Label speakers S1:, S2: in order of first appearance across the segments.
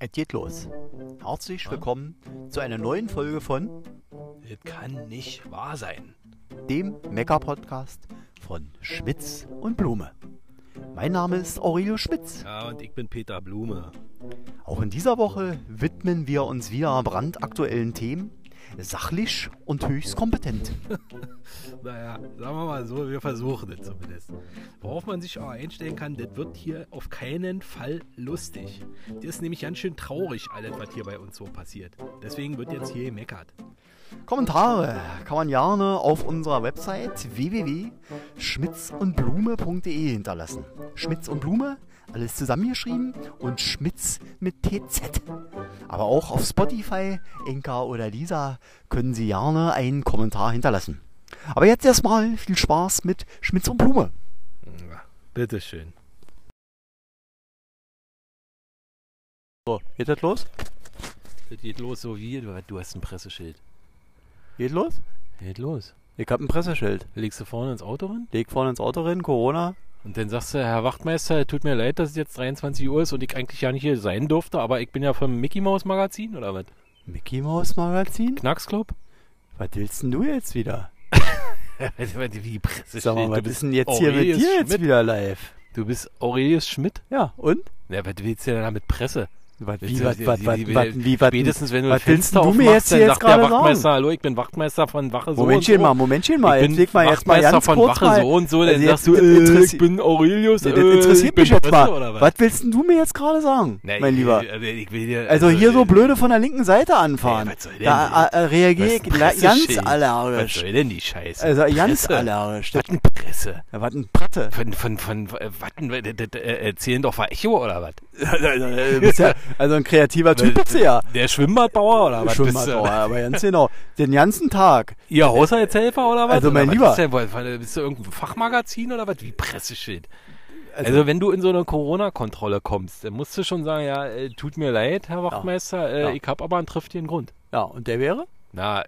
S1: Es geht los. Herzlich willkommen zu einer neuen Folge von
S2: Das kann nicht wahr sein.
S1: dem Mecker-Podcast von Schmitz und Blume. Mein Name ist Aurelio Schmitz.
S2: Ja, und ich bin Peter Blume.
S1: Auch in dieser Woche widmen wir uns wieder brandaktuellen Themen, sachlich und höchst kompetent.
S2: Naja, sagen wir mal so, wir versuchen es zumindest. Worauf man sich auch einstellen kann, das wird hier auf keinen Fall lustig. Das ist nämlich ganz schön traurig, alles, was hier bei uns so passiert. Deswegen wird jetzt hier gemeckert.
S1: Kommentare kann man gerne auf unserer Website www.schmitzundblume.de hinterlassen. Schmitz und Blume, alles zusammengeschrieben und Schmitz mit TZ. Aber auch auf Spotify, Enka oder Lisa können Sie gerne einen Kommentar hinterlassen. Aber jetzt erstmal viel Spaß mit Schmitz und Blume.
S2: Ja, bitteschön.
S1: So, geht das los?
S2: Das geht los, so wie du, du hast ein Presseschild.
S1: Geht los?
S2: Geht los.
S1: Ich hab ein Presseschild.
S2: Legst du vorne ins Auto rein?
S1: Leg vorne ins Auto rein, Corona.
S2: Und dann sagst du, Herr Wachtmeister, tut mir leid, dass es jetzt 23 Uhr ist und ich eigentlich ja nicht hier sein durfte, aber ich bin ja vom Mickey Mouse Magazin oder was?
S1: Mickey Mouse Magazin?
S2: Knacksclub?
S1: Was willst denn du jetzt wieder?
S2: Wie Presse
S1: Sag mal,
S2: steht,
S1: was
S2: du bist
S1: ist denn jetzt hier mit
S2: Aurelius
S1: dir jetzt
S2: Oh, Schmidt.
S1: wieder live?
S2: Du bist Aurelius Schmidt?
S1: Ja, und?
S2: Ja, was willst du denn da mit Presse?
S1: Was,
S2: Willst
S1: wie,
S2: du-
S1: was,
S2: die-
S1: was,
S2: die-
S1: was,
S2: die-
S1: was, wie, was,
S2: Spätestens wenn du
S1: was
S2: das Fenster
S1: willst du mir
S2: aufmachst,
S1: jetzt
S2: dann
S1: hier
S2: sagt
S1: jetzt
S2: der
S1: gerade
S2: Wachtmeister, hallo, ich bin Wachtmeister von Wache so
S1: Momentchen
S2: und so.
S1: mal, Momentchen mal,
S2: ich
S1: jetzt
S2: bin
S1: leg mal jetzt mal
S2: Wachtmeister
S1: ganz
S2: von
S1: kurz
S2: Wache
S1: mal.
S2: so und so, dann
S1: Also
S2: sagst
S1: jetzt
S2: du, äh,
S1: interessi-
S2: ich bin Aurelius,
S1: Nee,
S2: äh,
S1: das interessiert
S2: ich bin
S1: mich jetzt
S2: Presse
S1: mal.
S2: oder
S1: Was? willst denn du mir jetzt gerade sagen,
S2: Na,
S1: mein
S2: ich-
S1: Lieber?
S2: ich- ich will dir-
S1: Also hier so
S2: äh,
S1: blöde von der linken Seite anfahren.
S2: Ey, was soll denn?
S1: Da äh,
S2: was
S1: reagiere ich
S2: ist ein
S1: gla- ganz
S2: Presseschild? Was
S1: allergisch.
S2: soll denn die Scheiße?
S1: Also ganz
S2: Presse.
S1: allergisch.
S2: Was denn Presse?
S1: Ja, was ein Pratte.
S2: Von, von, von, äh, was denn, äh, das, äh, erzählen doch war Echo oder was?
S1: Du bist ja- Also ein kreativer Typ bist du ja.
S2: Der Schwimmbadbauer oder was?
S1: Schon
S2: bist
S1: mal
S2: du?
S1: dauer, aber ganz genau. Den ganzen Tag.
S2: Ihr Haushaltshelfer oder was?
S1: Also, mein
S2: oder
S1: Lieber.
S2: Was bist, du denn, wohl? bist du irgendein Fachmagazin oder was? Wie Presseschild. Also, wenn du in so eine Corona-Kontrolle kommst, dann musst du schon sagen, ja, äh, tut mir leid, Herr Wachtmeister, äh,
S1: Ja.
S2: ich habe aber einen triftigen Grund.
S1: Ja, und der wäre?
S2: Na,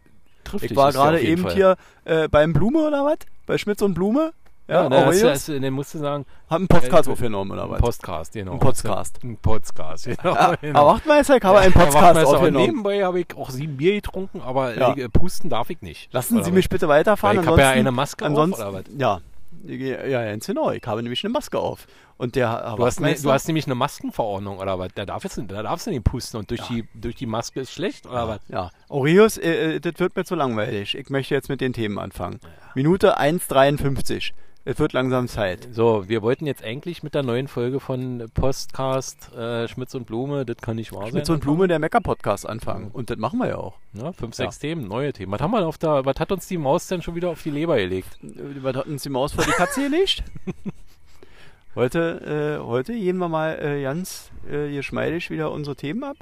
S2: triftig
S1: Ich war
S2: ist der
S1: gerade
S2: auf jeden
S1: eben
S2: Fall.
S1: hier äh, beim Blume oder was? Bei Schmitz und Blume?
S2: Ja,
S1: Ja,
S2: dann, hast du,
S1: Aurelius?
S2: hast du, dann musst du sagen,
S1: Haben einen Podcast
S2: Äh,
S1: aufgenommen oder was? Ah,
S2: Podcast, genau.
S1: Ein Podcast.
S2: Ein Podcast, genau.
S1: Ja,
S2: genau.
S1: aber Wachtmeister, ich habe einen
S2: Herr
S1: Podcast
S2: Wachtmeister, und
S1: aufgenommen.
S2: nebenbei habe ich auch sieben Bier getrunken, aber
S1: Ja.
S2: äh, pusten darf ich nicht.
S1: Lassen
S2: Oder
S1: Sie
S2: was?
S1: mich bitte weiterfahren.
S2: Weil ich habe ja eine Maske auf,
S1: ansonsten,
S2: oder was?
S1: Ja, Ich gehe- ja, ganz genau. Ich habe nämlich eine Maske auf. Und der Herr
S2: Du hast, ne,
S1: Wachtmeister-
S2: du hast nämlich eine Maskenverordnung oder was? Da darf es da darfst du nicht pusten und durch, die, durch die Maske ist schlecht oder was?
S1: ja, Aureus, äh, äh, das wird mir zu langweilig. Ich möchte jetzt mit den Themen anfangen. Minute 1,53. Es wird langsam Zeit.
S2: So, wir wollten jetzt eigentlich mit der neuen Folge von Postcast äh, Schmitz und Blume, das kann nicht wahr sein.
S1: Mit so einem Blume der Mecker-Podcast anfangen. Und das machen wir ja auch.
S2: ne? Fünf, sechs Themen, neue Themen. Was haben wir denn auf der, was hat uns die Maus denn schon wieder auf die Leber gelegt?
S1: Äh, Was hat uns die Maus vor die Katze gelegt? heute, äh, heute gehen wir mal äh, ganz äh, geschmeidig wieder unsere Themen ab.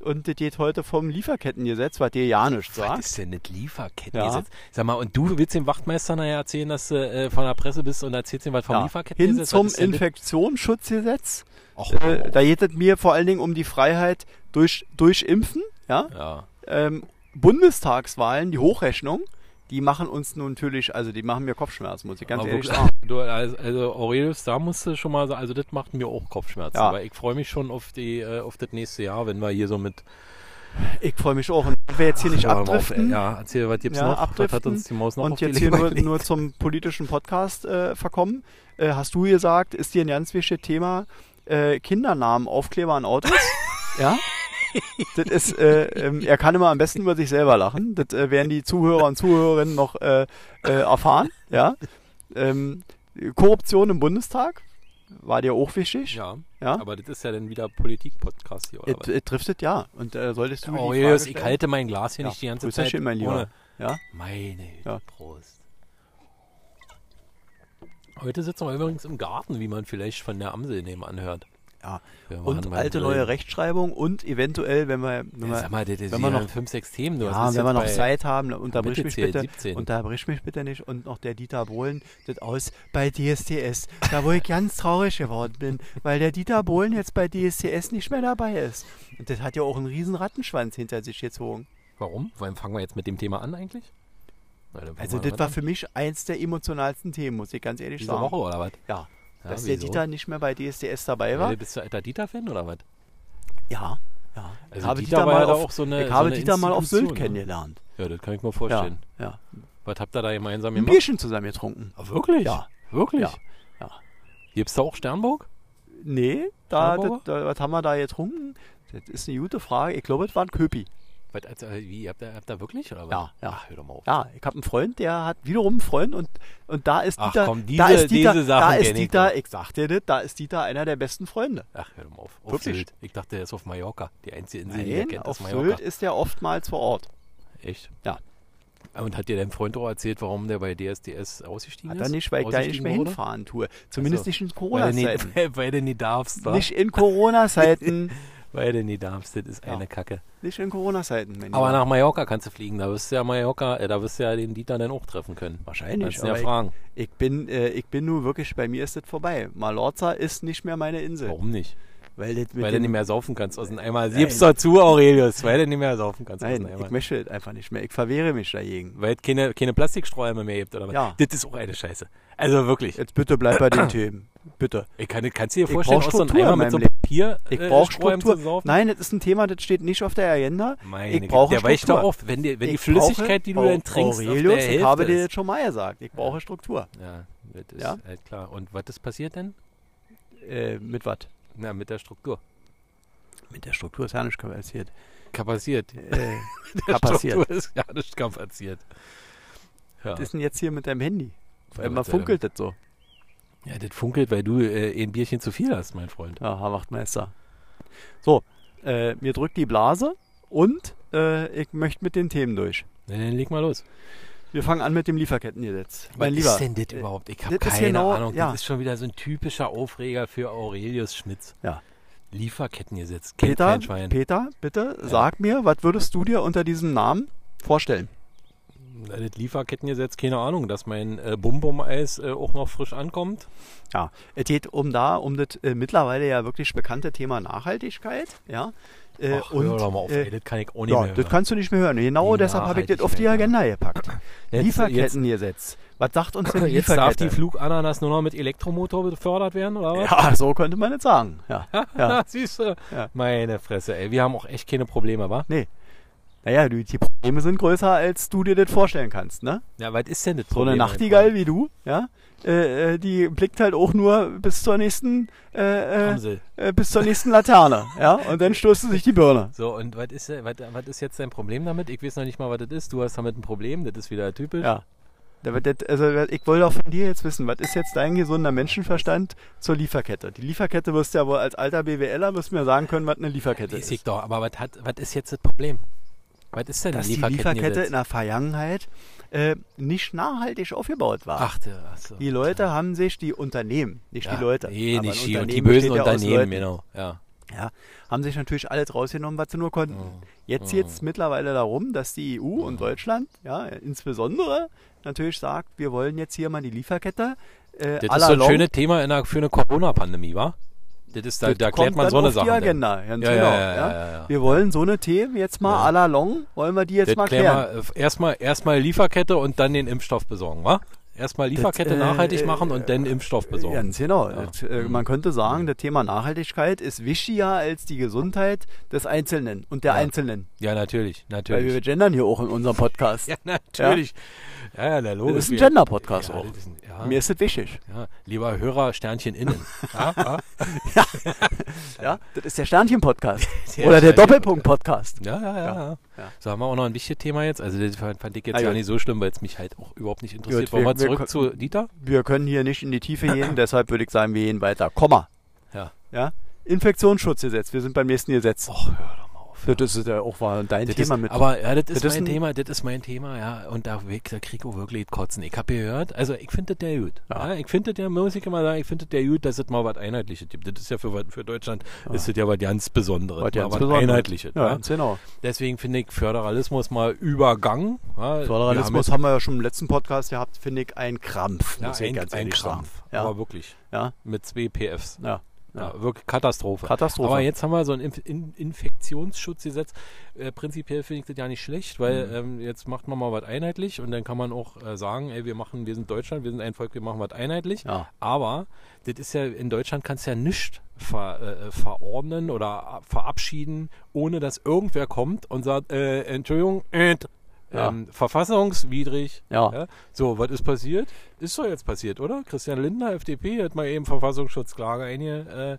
S1: Und das geht heute vom Lieferkettengesetz, was dir ja nichts
S2: Was
S1: sagt.
S2: ist denn das Lieferkettengesetz?
S1: Lieferkettengesetz?
S2: Sag mal, und du willst dem Wachtmeister nachher erzählen, dass du äh, von der Presse bist und erzählst ihm was vom
S1: Ja,
S2: Lieferkettengesetz?
S1: hin zum Infektionsschutzgesetz.
S2: Och,
S1: Äh, da geht es mir vor allen Dingen um die Freiheit durch, durch Impfen. Ja?
S2: ja.
S1: Ähm, Bundestagswahlen, die Hochrechnung, die machen uns nun natürlich, also die machen mir Kopfschmerzen, muss ich ganz
S2: Aber
S1: ehrlich
S2: wo-
S1: sagen.
S2: Du, also, also Aurelius, da musst du schon mal sagen, also das macht mir auch Kopfschmerzen,
S1: Ja.
S2: weil ich freue mich schon auf die äh, auf das nächste Jahr, wenn wir hier so mit
S1: Ich freue mich auch. Und wenn wir jetzt hier nicht
S2: Hör mal
S1: abdriften,
S2: Auf, ja, erzähl, was gibt's
S1: Ja,
S2: noch? Was hat
S1: abdriften
S2: uns die Maus noch auf
S1: Und
S2: die
S1: jetzt hier
S2: Leber
S1: nur,
S2: gelegt?
S1: nur zum politischen Podcast äh, verkommen. Äh, hast du gesagt, ist dir ein ganz wichtiges Thema äh, Kindernamen, Aufkleber an Autos? ja? Das ist, äh, ähm, er kann immer am besten über sich selber lachen. Das äh, werden die Zuhörer und Zuhörerinnen noch äh, äh, erfahren. Ja? Ähm, Korruption im Bundestag war dir auch wichtig.
S2: Ja,
S1: Ja?
S2: aber das ist ja dann wieder Politik-Podcast hier, oder
S1: Es- es driftet ja. Und äh, solltest du
S2: was?
S1: die
S2: Aurelius,
S1: Frage
S2: ich
S1: stellen?
S2: halte mein Glas hier
S1: Ja,
S2: nicht die ganze
S1: grüß
S2: Zeit.
S1: dich, mein Lieber.
S2: ohne-
S1: Ja?
S2: Meine Güte,
S1: Ja.
S2: Prost. Heute sitzen wir übrigens im Garten, wie man vielleicht von der Amsel nebenan hört.
S1: Ja.
S2: Wir machen
S1: Und
S2: mal
S1: alte
S2: einen
S1: neue
S2: Grill.
S1: Rechtschreibung und eventuell, wenn wir, wenn
S2: Ja,
S1: wir
S2: Sag mal, das ist
S1: wenn wir
S2: wenn man
S1: noch-
S2: noch fünf, sechs Themen. Du hast
S1: Ja,
S2: uns
S1: wenn wir
S2: jetzt
S1: noch
S2: bei-
S1: Zeit haben, unterbrich mich
S2: mitgezählt,
S1: bitte.
S2: 17.
S1: Unterbrich mich bitte nicht. Und noch der Dieter Bohlen, das aus bei DSDS. Da wo ich ganz traurig geworden bin, weil der Dieter Bohlen jetzt bei DSDS nicht mehr dabei ist. Und das hat ja auch einen riesen Rattenschwanz hinter sich gezogen.
S2: Warum? Wann fangen wir jetzt mit dem Thema an eigentlich? Na, dann fangen
S1: Also
S2: wir
S1: das
S2: damit
S1: war
S2: an.
S1: für mich eins der emotionalsten Themen, muss ich ganz ehrlich
S2: diese
S1: sagen.
S2: Woche oder was? Äh,
S1: Ja.
S2: Ja,
S1: Dass der
S2: wieso?
S1: Dieter nicht mehr bei DSDS dabei war.
S2: Weil, bist du alter Dieter-Fan oder was?
S1: Ja. Ja.
S2: Also
S1: ich habe
S2: Dieter
S1: Dieter
S2: war
S1: mal
S2: ja da
S1: auf,
S2: auch so eine-
S1: ich
S2: so
S1: habe
S2: eine
S1: Dieter mal auf
S2: Institution,
S1: Sylt
S2: ne?
S1: kennengelernt.
S2: Ja, das kann ich mir
S1: Ja,
S2: vorstellen.
S1: ja.
S2: Was habt ihr da gemeinsam
S1: Ein
S2: gemacht?
S1: Bierchen zusammen getrunken.
S2: Ah, wirklich?
S1: Ja.
S2: Wirklich?
S1: Ja. Ja.
S2: Gibt's da auch Sternburg?
S1: Nee, da,
S2: Marburger?
S1: das, da, was haben wir da getrunken? Das ist eine gute Frage. Ich glaube, es war ein Köpi.
S2: Was, also, wie, habt ihr, habt ihr wirklich? Oder was?
S1: Ja, ja.
S2: Ach, hör doch mal auf.
S1: Ja, ich habe einen Freund, der hat wiederum einen Freund und, und da ist
S2: Ach
S1: Dieter.
S2: komm,
S1: da
S2: diese-
S1: ist Dieter,
S2: diese Sachen
S1: da ist
S2: kenn ich
S1: Dieter,
S2: doch.
S1: ich sag dir das, da ist Dieter einer der besten Freunde.
S2: Ach, hör doch mal auf. Auf
S1: Wirklich?
S2: Sylt. Ich dachte, der ist auf Mallorca. Die einzige Insel, die er
S1: Nein,
S2: kennt,
S1: auf
S2: ist Mallorca.
S1: Sylt ist er oftmals vor Ort.
S2: Echt?
S1: Ja.
S2: Und hat dir dein Freund auch erzählt, warum der bei DSDS ausgestiegen
S1: Hat
S2: ist?
S1: er nicht, weil ich da nicht
S2: Ausgestiegen
S1: mehr
S2: wurde?
S1: hinfahren tue. Zumindest
S2: Also,
S1: nicht in
S2: Weil du
S1: Corona-Zeiten.
S2: nicht, weil, weil du nicht darfst, wa?
S1: Nicht in Corona-Zeiten.
S2: Weil du nicht darfst, das ist
S1: Ja.
S2: eine Kacke.
S1: nicht in Corona-Zeiten, mein
S2: Aber
S1: Lieber.
S2: nach Mallorca kannst du fliegen, da wirst du ja Mallorca, äh, da wirst du ja den Dieter dann auch treffen können.
S1: Wahrscheinlich,
S2: Kannst du ja
S1: aber ich-
S2: fragen.
S1: Ich bin, äh, ich bin nur wirklich, bei mir ist das vorbei. Malorza ist nicht mehr meine Insel.
S2: Warum nicht?
S1: Weil das mit
S2: Weil du
S1: dem,
S2: nicht mehr saufen kannst aus dem Eimer. Gib's doch zu, Aurelius, weil du nicht mehr saufen kannst aus
S1: Nein, ich
S2: dem Eimer.
S1: möchte das einfach nicht mehr. Ich verwehre mich dagegen.
S2: Weil es keine, keine Plastiksträume mehr gibt, oder was?
S1: Ja.
S2: Das ist auch eine Scheiße. Also wirklich.
S1: Jetzt bitte bleib bei den Themen. Bitte.
S2: Ich kann, kannst du dir
S1: Ich
S2: vorstellen,
S1: brauch
S2: aus so einem
S1: Struktur
S2: Eimer
S1: in
S2: mit so einem
S1: meinem
S2: Papier
S1: Ich
S2: äh,
S1: brauche
S2: Sträumen
S1: Struktur.
S2: zu saufen?
S1: Nein, das ist ein Thema, das steht nicht auf der Agenda.
S2: Meine
S1: ich
S2: Güte,
S1: brauche
S2: der weicht
S1: Struktur.
S2: doch auf, wenn die, wenn die
S1: Ich
S2: Flüssigkeit,
S1: brauche-
S2: die du dann trinkst,
S1: Aurelius,
S2: auf der
S1: ich
S2: Hälfte
S1: habe dir
S2: ist. Äh.
S1: das schon mal gesagt. Ich brauche Struktur.
S2: Ja, das ist
S1: Ja?
S2: halt klar. Und was ist passiert denn?
S1: Äh, mit was?
S2: Na, mit der Struktur.
S1: Mit der Struktur ist ja nicht passiert.
S2: Kapaziert.
S1: Äh,
S2: Der
S1: passiert.
S2: Struktur ist ja nicht kapaziert. Ja.
S1: Was ist denn jetzt hier mit deinem Handy? Weil
S2: Ja, äh,
S1: man
S2: was soll
S1: funkelt das so.
S2: ja, das funkelt, weil du äh, ein Bierchen zu viel hast, mein Freund.
S1: Ja, Herr Wachtmeister. So, äh, mir drückt die Blase und äh, ich möchte mit den Themen durch.
S2: Na, dann leg mal los.
S1: Wir fangen an mit dem Lieferkettengesetz. Mein Lieber.
S2: was ist denn das
S1: äh,
S2: überhaupt? Ich
S1: das
S2: habe
S1: ist
S2: keine
S1: genau-
S2: Ahnung.
S1: ja.
S2: Das ist schon wieder so ein typischer Aufreger für Aurelius Schmitz.
S1: Ja.
S2: Lieferkettengesetz. Kennt
S1: Peter,
S2: kein Schwein.
S1: Peter, bitte
S2: Ja.
S1: sag mir, was würdest du dir unter diesem Namen vorstellen?
S2: Na, Äh, Das Lieferkettengesetz, keine Ahnung, dass mein äh, Bum-Bum-Eis äh, auch noch frisch ankommt.
S1: Ja, es geht um da, um das äh, mittlerweile ja wirklich bekannte Thema Nachhaltigkeit. Ja, äh,
S2: Ach,
S1: und
S2: hör doch mal auf,
S1: äh,
S2: ey, das kann ich auch nicht
S1: ja,
S2: mehr
S1: das
S2: hören.
S1: kannst du nicht mehr hören. Genau
S2: Die
S1: deshalb habe ich das auf die
S2: Nachhaltigkeit,
S1: Agenda gepackt.
S2: Jetzt-
S1: Lieferkettengesetz. Was sagt uns denn die
S2: Jetzt darf die
S1: Lieferkette?
S2: Flugananas nur noch mit Elektromotor befördert werden, oder was?
S1: ja, so könnte man es sagen. Ja, ja.
S2: Siehst du?
S1: Ja.
S2: Meine Fresse, ey. Wir haben auch echt keine Probleme, wa?
S1: Naja, die, die Probleme sind größer, als du dir das vorstellen kannst. Ne?
S2: Ja, was ist denn das
S1: So eine
S2: Problem, mein
S1: Nachtigall wie du, ja, äh, äh, die blickt halt auch nur bis zur nächsten
S2: Freund?
S1: äh, äh,
S2: Amsel.
S1: äh, bis zur nächsten Laterne, ja, und dann stößt sie sich die Birne.
S2: So, und was ist, äh, was, was ist jetzt dein Problem damit? Ich weiß noch nicht mal, was das ist. Du hast damit ein Problem. Das ist wieder typisch.
S1: Ja. Da wird das- Also ich wollte auch von dir jetzt wissen, was ist jetzt dein gesunder Menschenverstand zur Lieferkette? Die Lieferkette wirst du ja wohl als alter BWLer wirst du mir sagen können, was eine Lieferkette
S2: Weiß
S1: ist.
S2: ich doch. Aber was, hat, was ist jetzt das Problem? Was ist denn
S1: Dass die
S2: Lieferkettengesetz?
S1: Lieferkette in der Vergangenheit äh, nicht nachhaltig aufgebaut war.
S2: Ach, der, ach so.
S1: Die Leute haben sich, die Unternehmen, nicht
S2: Ja,
S1: die Leute,
S2: Nee,
S1: aber
S2: nicht
S1: ein
S2: die, und die
S1: Unternehmen
S2: bösen
S1: besteht ja aus
S2: Unternehmen,
S1: Leuten.
S2: genau. Ja.
S1: ja, haben sich natürlich alles rausgenommen, was sie nur konnten. Jetzt
S2: Mhm.
S1: geht es mittlerweile darum, dass die EU und Deutschland, ja, insbesondere natürlich sagt, wir wollen jetzt hier mal die Lieferkette. Äh, à
S2: Das ist
S1: la
S2: so ein
S1: Long-
S2: schönes Thema in der, für eine Corona-Pandemie, wa? Das ist, da,
S1: das
S2: da
S1: kommt
S2: erklärt man
S1: dann
S2: so eine
S1: auf
S2: Sache.
S1: Die
S2: dann.
S1: Agenda, ganz
S2: Ja, ja,
S1: genau.
S2: ja, ja, ja, ja.
S1: Wir wollen so eine Themen jetzt mal
S2: Ja.
S1: à la long, wollen wir die jetzt
S2: Das
S1: mal
S2: klären
S1: klären.
S2: wir, äh, erstmal, erstmal Lieferkette und dann den Impfstoff besorgen, wa? Erstmal Lieferkette
S1: äh,
S2: nachhaltig
S1: äh,
S2: machen und dann Impfstoff besorgen.
S1: Ganz genau.
S2: Ja. Mhm.
S1: Das, äh, man könnte sagen, das Thema Nachhaltigkeit ist wichtiger als die Gesundheit des Einzelnen und der
S2: Ja.
S1: Einzelnen.
S2: Ja, natürlich,
S1: Weil wir
S2: natürlich.
S1: gendern hier auch in unserem Podcast.
S2: Ja, natürlich. Ja, ja, na logisch.
S1: das ist ein
S2: wir-
S1: Gender-Podcast
S2: ja,
S1: auch.
S2: das ist ein- Ja,
S1: Mir ist das wichtig.
S2: ja, lieber Hörer, Sternchen innen. Ja, ja.
S1: Ja, das ist der Sternchen-Podcast.
S2: Der
S1: Oder der
S2: Sternchen-
S1: Doppelpunkt-Podcast.
S2: Ja, ja, ja. ja.
S1: Ja.
S2: So haben wir auch noch ein wichtiges Thema jetzt. Also das fand fand ich jetzt
S1: Ah,
S2: gar
S1: gut.
S2: nicht so schlimm, weil es mich halt auch überhaupt nicht interessiert.
S1: Gut,
S2: Wollen
S1: wir-
S2: wir zurück
S1: wir-
S2: zu Dieter?
S1: Wir können hier nicht in die Tiefe gehen, deshalb würde ich sagen, wir gehen weiter. Komma.
S2: Ja.
S1: ja? Infektionsschutzgesetz. Wir sind beim nächsten Gesetz.
S2: Och, hör doch mal auf.
S1: Das ist ja auch war dein
S2: Das
S1: Thema
S2: ist,
S1: mit.
S2: aber ja, das ist
S1: Das ist
S2: mein
S1: ein-
S2: Thema, das ist mein Thema, ja. Und da, weg- da krieg ich auch wirklich kotzen. Ich habe gehört, also ich finde das ja gut. Ja.
S1: Ja.
S2: ich finde das ja, muss ich immer sagen, ich finde das ja gut, dass es mal was Einheitliches gibt. Das ist ja für, für Deutschland, ist das ja was ganz Besonderes.
S1: Was
S2: mal
S1: ganz Besonderes.
S2: Einheitliches.
S1: ja,
S2: Ja.
S1: ganz genau.
S2: Deswegen finde ich Föderalismus mal übergangen. Ja.
S1: Föderalismus
S2: Wir haben
S1: haben wir ja schon im letzten Podcast gehabt, finde ich, ein Krampf, muss
S2: jetzt- ja,
S1: ich
S2: ein,
S1: ganz
S2: ein
S1: ehrlich
S2: Krampf,
S1: sagen. Ja,
S2: aber wirklich.
S1: ja,
S2: Mit zwei PFs.
S1: ja.
S2: Ja, wirklich Katastrophe.
S1: Katastrophe.
S2: Aber jetzt haben wir so ein Inf In Infektionsschutzgesetz. Äh, prinzipiell finde ich das ja nicht schlecht, weil
S1: Mhm.
S2: ähm, jetzt macht man mal was einheitlich und dann kann man auch äh, sagen, ey, wir machen, wir sind Deutschland, wir sind ein Volk, wir machen was einheitlich.
S1: Ja.
S2: Aber das ist ja, in Deutschland kannst du ja nichts ver, äh, verordnen oder verabschieden, ohne dass irgendwer kommt und sagt, äh, Entschuldigung, äh,
S1: Ja.
S2: ähm, verfassungswidrig.
S1: Ja.
S2: So, was ist passiert? Ist doch jetzt passiert, oder? Christian Lindner, FDP, hat mal eben Verfassungsschutzklage einge, äh,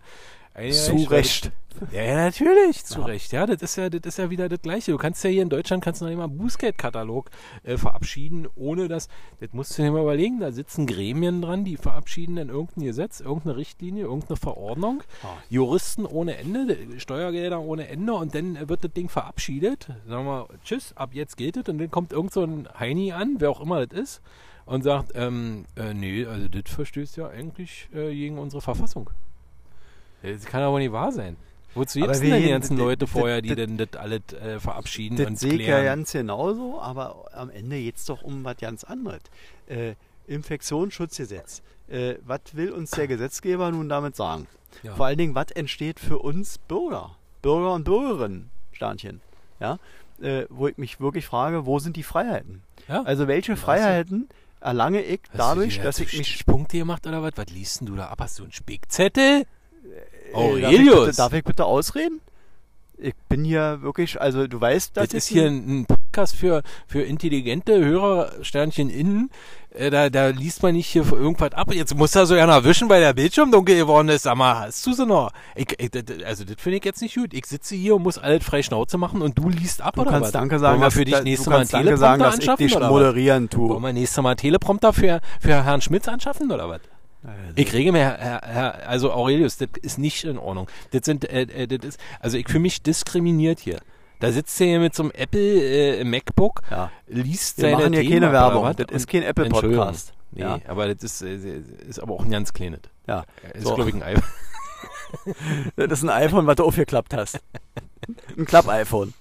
S2: eingereicht.
S1: Zu Recht.
S2: Ja, ja, natürlich, zu Recht. Ja, das ist ja, das ist ja wieder das Gleiche. Du kannst ja hier in Deutschland kannst du noch immer einen Bußgeldkatalog äh, verabschieden, ohne dass, das musst du dir mal überlegen, da sitzen Gremien dran, die verabschieden dann irgendein Gesetz, irgendeine Richtlinie, irgendeine Verordnung,
S1: Ah,
S2: Juristen ohne Ende, Steuergelder ohne Ende und dann wird das Ding verabschiedet. Sagen wir, tschüss, ab jetzt gilt es und dann kommt irgend so ein Heini an, wer auch immer das ist, und sagt, ähm, äh, nee, also das verstößt ja eigentlich äh, gegen unsere Verfassung. Äh, Das kann aber nicht wahr sein. Wozu
S1: Aber
S2: gibt's
S1: wir
S2: denn die
S1: hier-
S2: ganzen
S1: d- d-
S2: Leute
S1: d-
S2: vorher, die
S1: d-
S2: denn das alles äh, verabschieden
S1: Das
S2: und
S1: sehe ich ja
S2: klären?
S1: ganz genauso, aber am Ende jetzt doch um was ganz anderes. Äh, Infektionsschutzgesetz. Äh, was will uns der Gesetzgeber nun damit sagen?
S2: Ja.
S1: Vor allen Dingen, was entsteht für uns Bürger? Bürger und Bürgerinnen, Sternchen. Ja? Äh, wo ich mich wirklich frage, wo sind die Freiheiten?
S2: Ja.
S1: Also welche Freiheiten erlange ich
S2: Hast du
S1: dadurch,
S2: dir
S1: dass
S2: dazu
S1: ich mich...
S2: Stichpunkte gemacht oder was? Was liest denn du da ab? Hast du einen
S1: Äh,
S2: Spickzettel?
S1: darf, ich bitte,
S2: Aurelius!
S1: darf ich bitte ausreden? Ich bin hier wirklich, also du weißt,
S2: das, ist hier ein, ein Podcast für, für intelligente Hörer, Sternchen innen. Äh, da, da liest man nicht hier irgendwas ab. Jetzt muss da so einer wischen, weil der Bildschirm dunkel geworden ist. Sag mal, hast du so noch? Ich, ich, das- also, das finde ich jetzt nicht gut. Ich sitze hier und muss alles frei Schnauze machen und du liest ab
S1: Du
S2: oder
S1: kannst
S2: was?
S1: Danke
S2: Wollen
S1: sagen,
S2: wir
S1: dass,
S2: für dich
S1: da-
S2: nächstes
S1: du
S2: Mal
S1: kannst
S2: einen
S1: Danke sagen,
S2: Teleprompter
S1: dass ich
S2: anschaffen
S1: dich
S2: oder was?
S1: moderieren
S2: Wollen
S1: tue.
S2: wir nächstes Mal einen Teleprompter für, für Herrn Schmitz anschaffen oder was?
S1: Äh,
S2: Ich rege mir, Herr, Herr, also Aurelius, das ist nicht in Ordnung. Das sind, äh, äh, das ist, also ich fühle mich diskriminiert hier. Da sitzt er hier mit so einem Apple äh, MacBook,
S1: Ja.
S2: liest
S1: Wir
S2: seine
S1: machen hier
S2: Themen
S1: keine
S2: ab oder
S1: Werbung.
S2: was?
S1: Das ist
S2: Und-
S1: kein
S2: Entschuldigung.
S1: Apple-Podcast.
S2: Nee,
S1: Ja.
S2: aber das ist, äh, ist aber auch ein ganz kleines.
S1: Ja.
S2: Ist,
S1: So.
S2: glaube ich, ein iPhone.
S1: Das ist ein iPhone, was du aufgeklappt hast. Ein Klapp-iPhone.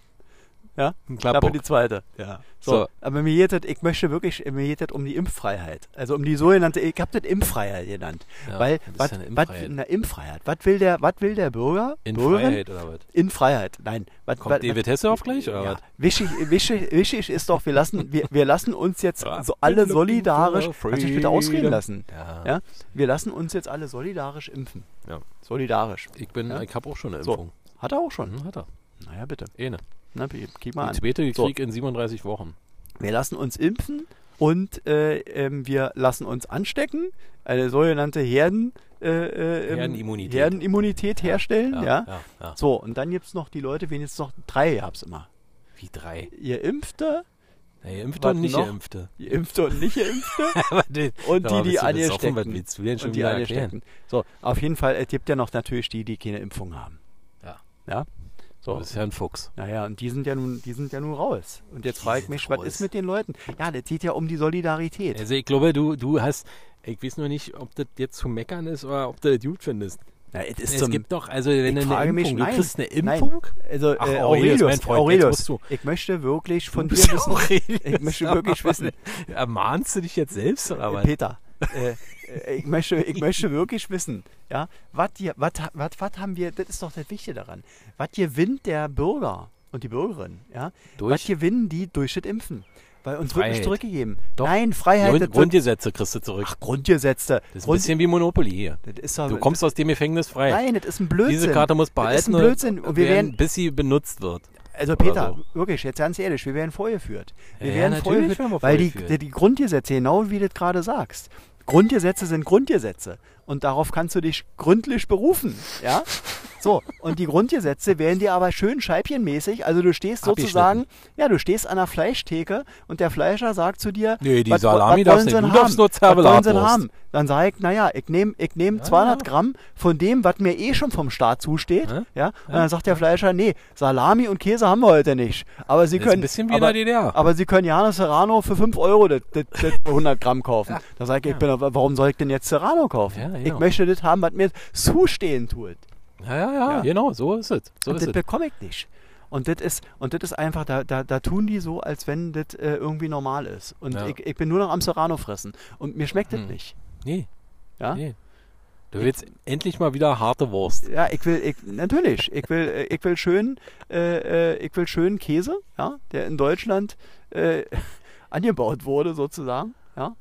S2: Ein
S1: Klappe
S2: Klappbock.
S1: die zweite.
S2: Ja.
S1: So.
S2: So.
S1: Aber mir geht das, ich möchte wirklich, mir geht das um die Impffreiheit. Also um die sogenannte, ich habe das Impffreiheit genannt.
S2: Ja,
S1: Weil, was,
S2: das ist ja eine
S1: was,
S2: Impfreiheit.
S1: eine Impffreiheit. Was will der, was will der Bürger?
S2: In
S1: Bürgerin?
S2: Freiheit oder was?
S1: In Freiheit. Nein. Was,
S2: Kommt David Hasselhoff gleich oder
S1: ja.
S2: was?
S1: wichtig, wichtig, wichtig ist doch, wir lassen, wir, wir lassen uns jetzt
S2: Ja.
S1: so alle
S2: Looking for
S1: solidarisch, kannst du dich bitte ausreden
S2: freedom.
S1: lassen.
S2: Ja.
S1: Ja? Wir lassen uns jetzt alle solidarisch impfen.
S2: Ja.
S1: Solidarisch.
S2: Ich bin,
S1: Ja.
S2: ich habe auch schon eine
S1: So.
S2: Impfung.
S1: Hat er auch schon.
S2: Hm, hat er.
S1: Naja, bitte.
S2: Ene.
S1: Na, bi- kick mal
S2: Die
S1: an.
S2: zweite die
S1: So.
S2: krieg in 37 Wochen.
S1: Wir lassen uns impfen und äh, ähm, wir lassen uns anstecken. Eine sogenannte Herden, äh, äh, ähm,
S2: Herdenimmunität.
S1: Herdenimmunität herstellen. Ja,
S2: ja, ja.
S1: So, und dann gibt es noch die Leute, wenigstens noch drei gab's immer.
S2: Wie drei.
S1: Ihr Impfte,
S2: Na, Geimpfte
S1: Was
S2: und nicht
S1: noch?
S2: Geimpfte.
S1: ihr Impfte und nicht Impfte.
S2: Aber die,
S1: Und die, die an ihr
S2: Was
S1: stecken.
S2: willst du denn schon
S1: Und die
S2: wieder
S1: alle
S2: erklären?
S1: stecken. So, auf jeden Fall, es gibt ja noch natürlich die, die keine Impfung haben.
S2: Ja.
S1: Ja?
S2: Du
S1: So.
S2: bist ja ein Fuchs.
S1: Naja, und die sind ja nun, die sind ja nun raus. Und jetzt
S2: Die
S1: frage ich
S2: sind
S1: mich, was
S2: raus.
S1: ist mit den Leuten? Ja, das geht ja um die Solidarität.
S2: Also ich glaube, du, du hast... Ich weiß nur nicht, ob das jetzt zu meckern ist oder ob du das gut findest.
S1: Na, es ist
S2: es
S1: zum-
S2: gibt doch, also wenn du
S1: ich
S2: eine
S1: frage
S2: Impfung,
S1: mich,
S2: du
S1: nein,
S2: kriegst eine
S1: nein.
S2: Impfung?
S1: Also, äh,
S2: Ach, Aurelius,
S1: Aurelius,
S2: mein Freund, jetzt musst
S1: Aurelius
S2: du-
S1: ich möchte wirklich von dir
S2: bist ja
S1: wissen,
S2: Aurelius.
S1: ich möchte wirklich wissen,
S2: Ermahnst du dich jetzt selbst oder was?
S1: Peter, äh, äh, ich, möchte, ich möchte wirklich wissen, ja, was haben wir, das ist doch das Wichtige daran, was gewinnt der Bürger und die Bürgerin, ja,
S2: Durch?
S1: was gewinnen die durch das Impfen? Weil uns wird nicht
S2: Freiheit.
S1: zurückgegeben.
S2: Doch.
S1: Nein, Freiheit,
S2: Grund,
S1: das wird,
S2: Grundgesetze kriegst du zurück.
S1: ach, Grundgesetze.
S2: Das ist ein
S1: Grund-
S2: bisschen wie Monopoly hier.
S1: das ist doch,
S2: Du kommst aus dem Gefängnis frei.
S1: nein, das ist ein Blödsinn.
S2: Diese Karte muss behalten,
S1: Das ist ein Blödsinn. Und wir werden,
S2: bis sie benutzt wird.
S1: Also
S2: Oder
S1: Peter,
S2: so.
S1: wirklich, jetzt ganz ehrlich, wir werden vorgeführt. Wir
S2: Ja,
S1: werden
S2: natürlich
S1: vorgeführt,
S2: werden wir
S1: weil die, die,
S2: vorgeführt.
S1: die Grundgesetze, genau wie du das gerade sagst, Grundgesetze sind Grundgesetze und darauf kannst du dich gründlich berufen, ja? So, und die Grundgesetze werden dir aber schön scheibchenmäßig, also du stehst sozusagen, ja, du stehst an der Fleischtheke und der Fleischer sagt zu dir,
S2: Nee, die
S1: "Was-
S2: Salami
S1: was
S2: darfst
S1: wollen
S2: nicht,
S1: sie denn
S2: du darfst
S1: haben?
S2: nur
S1: Was wollen sie denn
S2: Zerbelatwurst."
S1: haben? Dann sage ich, naja, ich nehme ich nehm 200 Gramm von dem, was mir eh schon vom Staat zusteht.
S2: Ja.
S1: Ja? Und dann sagt der Fleischer, nee, Salami und Käse haben wir heute nicht. Aber Sie
S2: Das ist
S1: können,
S2: ein bisschen wie in
S1: aber,
S2: der DDR.
S1: aber Sie können Janis Serrano für 5 Euro das, das, das 100 Gramm kaufen. Da sage ich, ich bin, aber warum soll ich denn jetzt Serrano kaufen?
S2: Ja, genau.
S1: Ich möchte das haben, was mir zustehen tut.
S2: Ja, ja, ja,
S1: Ja.
S2: genau, so ist es. So
S1: und
S2: ist
S1: das
S2: es.
S1: bekomme ich nicht. Und das ist, und das ist einfach, da, da, da tun die so, als wenn das äh, irgendwie normal ist. Und
S2: Ja. Hm.
S1: ich, ich bin nur noch am Serrano fressen. Und mir schmeckt das nicht.
S2: Nee,
S1: Ja?
S2: nee. Du willst endlich mal wieder harte Wurst.
S1: Ja, ich will, ich, natürlich, ich will, äh, ich will schön, äh, äh, ich will schön Käse, ja, der in Deutschland äh, angebaut wurde sozusagen, ja.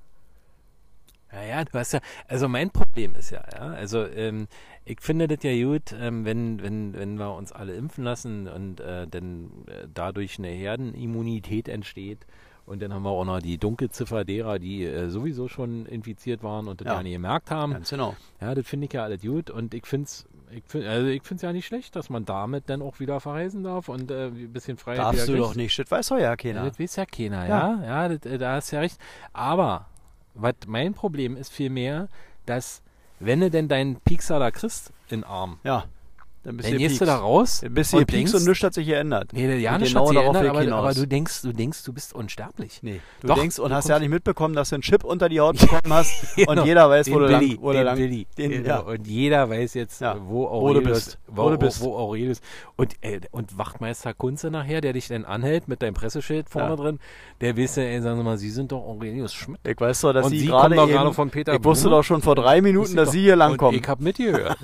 S2: Naja, du hast ja, also mein Problem ist ja, ja, also ähm, ich finde das ja gut, ähm, wenn, wenn, wenn wir uns alle impfen lassen und äh, dann äh, dadurch eine Herdenimmunität entsteht. Und dann haben wir auch noch die Dunkelziffer derer, die äh, sowieso schon infiziert waren und das
S1: Ja.
S2: gar nicht gemerkt haben.
S1: Ganz genau.
S2: Ja, das finde ich ja alles gut und ich finde es ich find, also ich find's ja nicht schlecht, dass man damit dann auch wieder verreisen darf und äh, ein bisschen Freiheit
S1: Darfst
S2: wieder
S1: du
S2: kriegt.
S1: doch nicht, das weiß doch ja
S2: Ja,
S1: keiner.
S2: das weiß ja keiner, ja. Ja, das, äh, da hast du ja recht. Aber was mein Problem ist vielmehr, dass wenn du denn deinen Piekser da kriegst in den Arm,
S1: Ja, dann bist
S2: dann
S1: ihr
S2: gehst du da
S1: piekst.
S2: raus
S1: Dann bist ihr
S2: und
S1: piekst
S2: denkst,
S1: und nichts hat sich geändert.
S2: nee, ja,
S1: Und
S2: nicht
S1: genau
S2: hat sich
S1: darauf
S2: geändert,
S1: will ich
S2: aber, aber
S1: hinaus.
S2: du denkst, du denkst, du bist unsterblich.
S1: Nee, du
S2: Doch,
S1: denkst und
S2: du
S1: hast ja
S2: kommst-
S1: nicht mitbekommen, dass du einen Chip unter die Haut bekommen hast und
S2: Genau.
S1: jeder weiß,
S2: Den
S1: wo du lang,
S2: Billy,
S1: wo du
S2: den
S1: lang
S2: Billy.
S1: Den,
S2: Genau.
S1: ja.
S2: Und jeder weiß jetzt,
S1: Ja.
S2: wo
S1: Wo du
S2: Aurelius,
S1: bist.
S2: Wo,
S1: Wo du
S2: du
S1: bist.
S2: Wo Aurelius. Und, äh, und Wachtmeister Kunze nachher, der dich dann anhält mit deinem Presseschild vorne
S1: Ja.
S2: drin, der weiß dann, ey, sagen Sie mal, Sie sind doch Aurelius Schmidt.
S1: Ich weiß doch, dass
S2: Und
S1: sie
S2: Sie
S1: gerade
S2: kommen doch
S1: eben-
S2: gerade von Peter
S1: Ich wusste
S2: Blume?
S1: doch schon vor drei Minuten, dass
S2: doch-
S1: sie hier
S2: und
S1: langkommen.
S2: Ich hab mitgehört.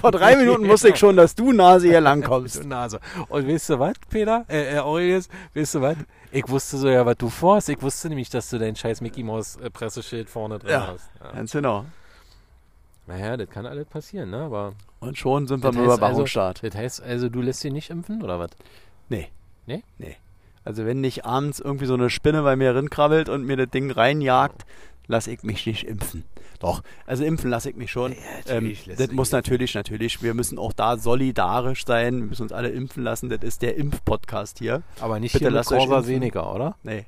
S1: Vor drei Minuten wusste ich schon, dass du Nase hier
S2: Mit
S1: langkommst.
S2: der Nase. Und weißt du was, Peter? Äh, äh, Aurelius, weißt du was? Ich wusste so ja, was du vorhast. Ich wusste nämlich, dass du dein scheiß Mickey Mouse äh, Presseschild vorne drin
S1: Ja.
S2: hast. Ja.
S1: Ganz genau.
S2: Naja, das kann alles passieren, ne? Aber
S1: Und schon sind wir
S2: Das
S1: im
S2: heißt
S1: Überwachungsstaat.
S2: das heißt also, du lässt dich nicht impfen oder was?
S1: Nee.
S2: Nee?
S1: Nee. Also wenn nicht abends irgendwie so eine Spinne bei mir rinkrabbelt und mir das Ding reinjagt, lass ich mich nicht impfen. Doch, also impfen lasse ich mich schon. ähm,
S3: natürlich lässt
S1: das
S3: du
S1: muss
S3: dich
S1: natürlich, natürlich. Wir müssen auch da solidarisch sein. Wir müssen uns alle impfen lassen. Das ist der Impf-Podcast hier.
S2: Aber nicht
S1: Bitte
S2: hier mit
S1: lasst euch impfen.
S2: AstraZeneca, oder?
S1: Nee, Ähm,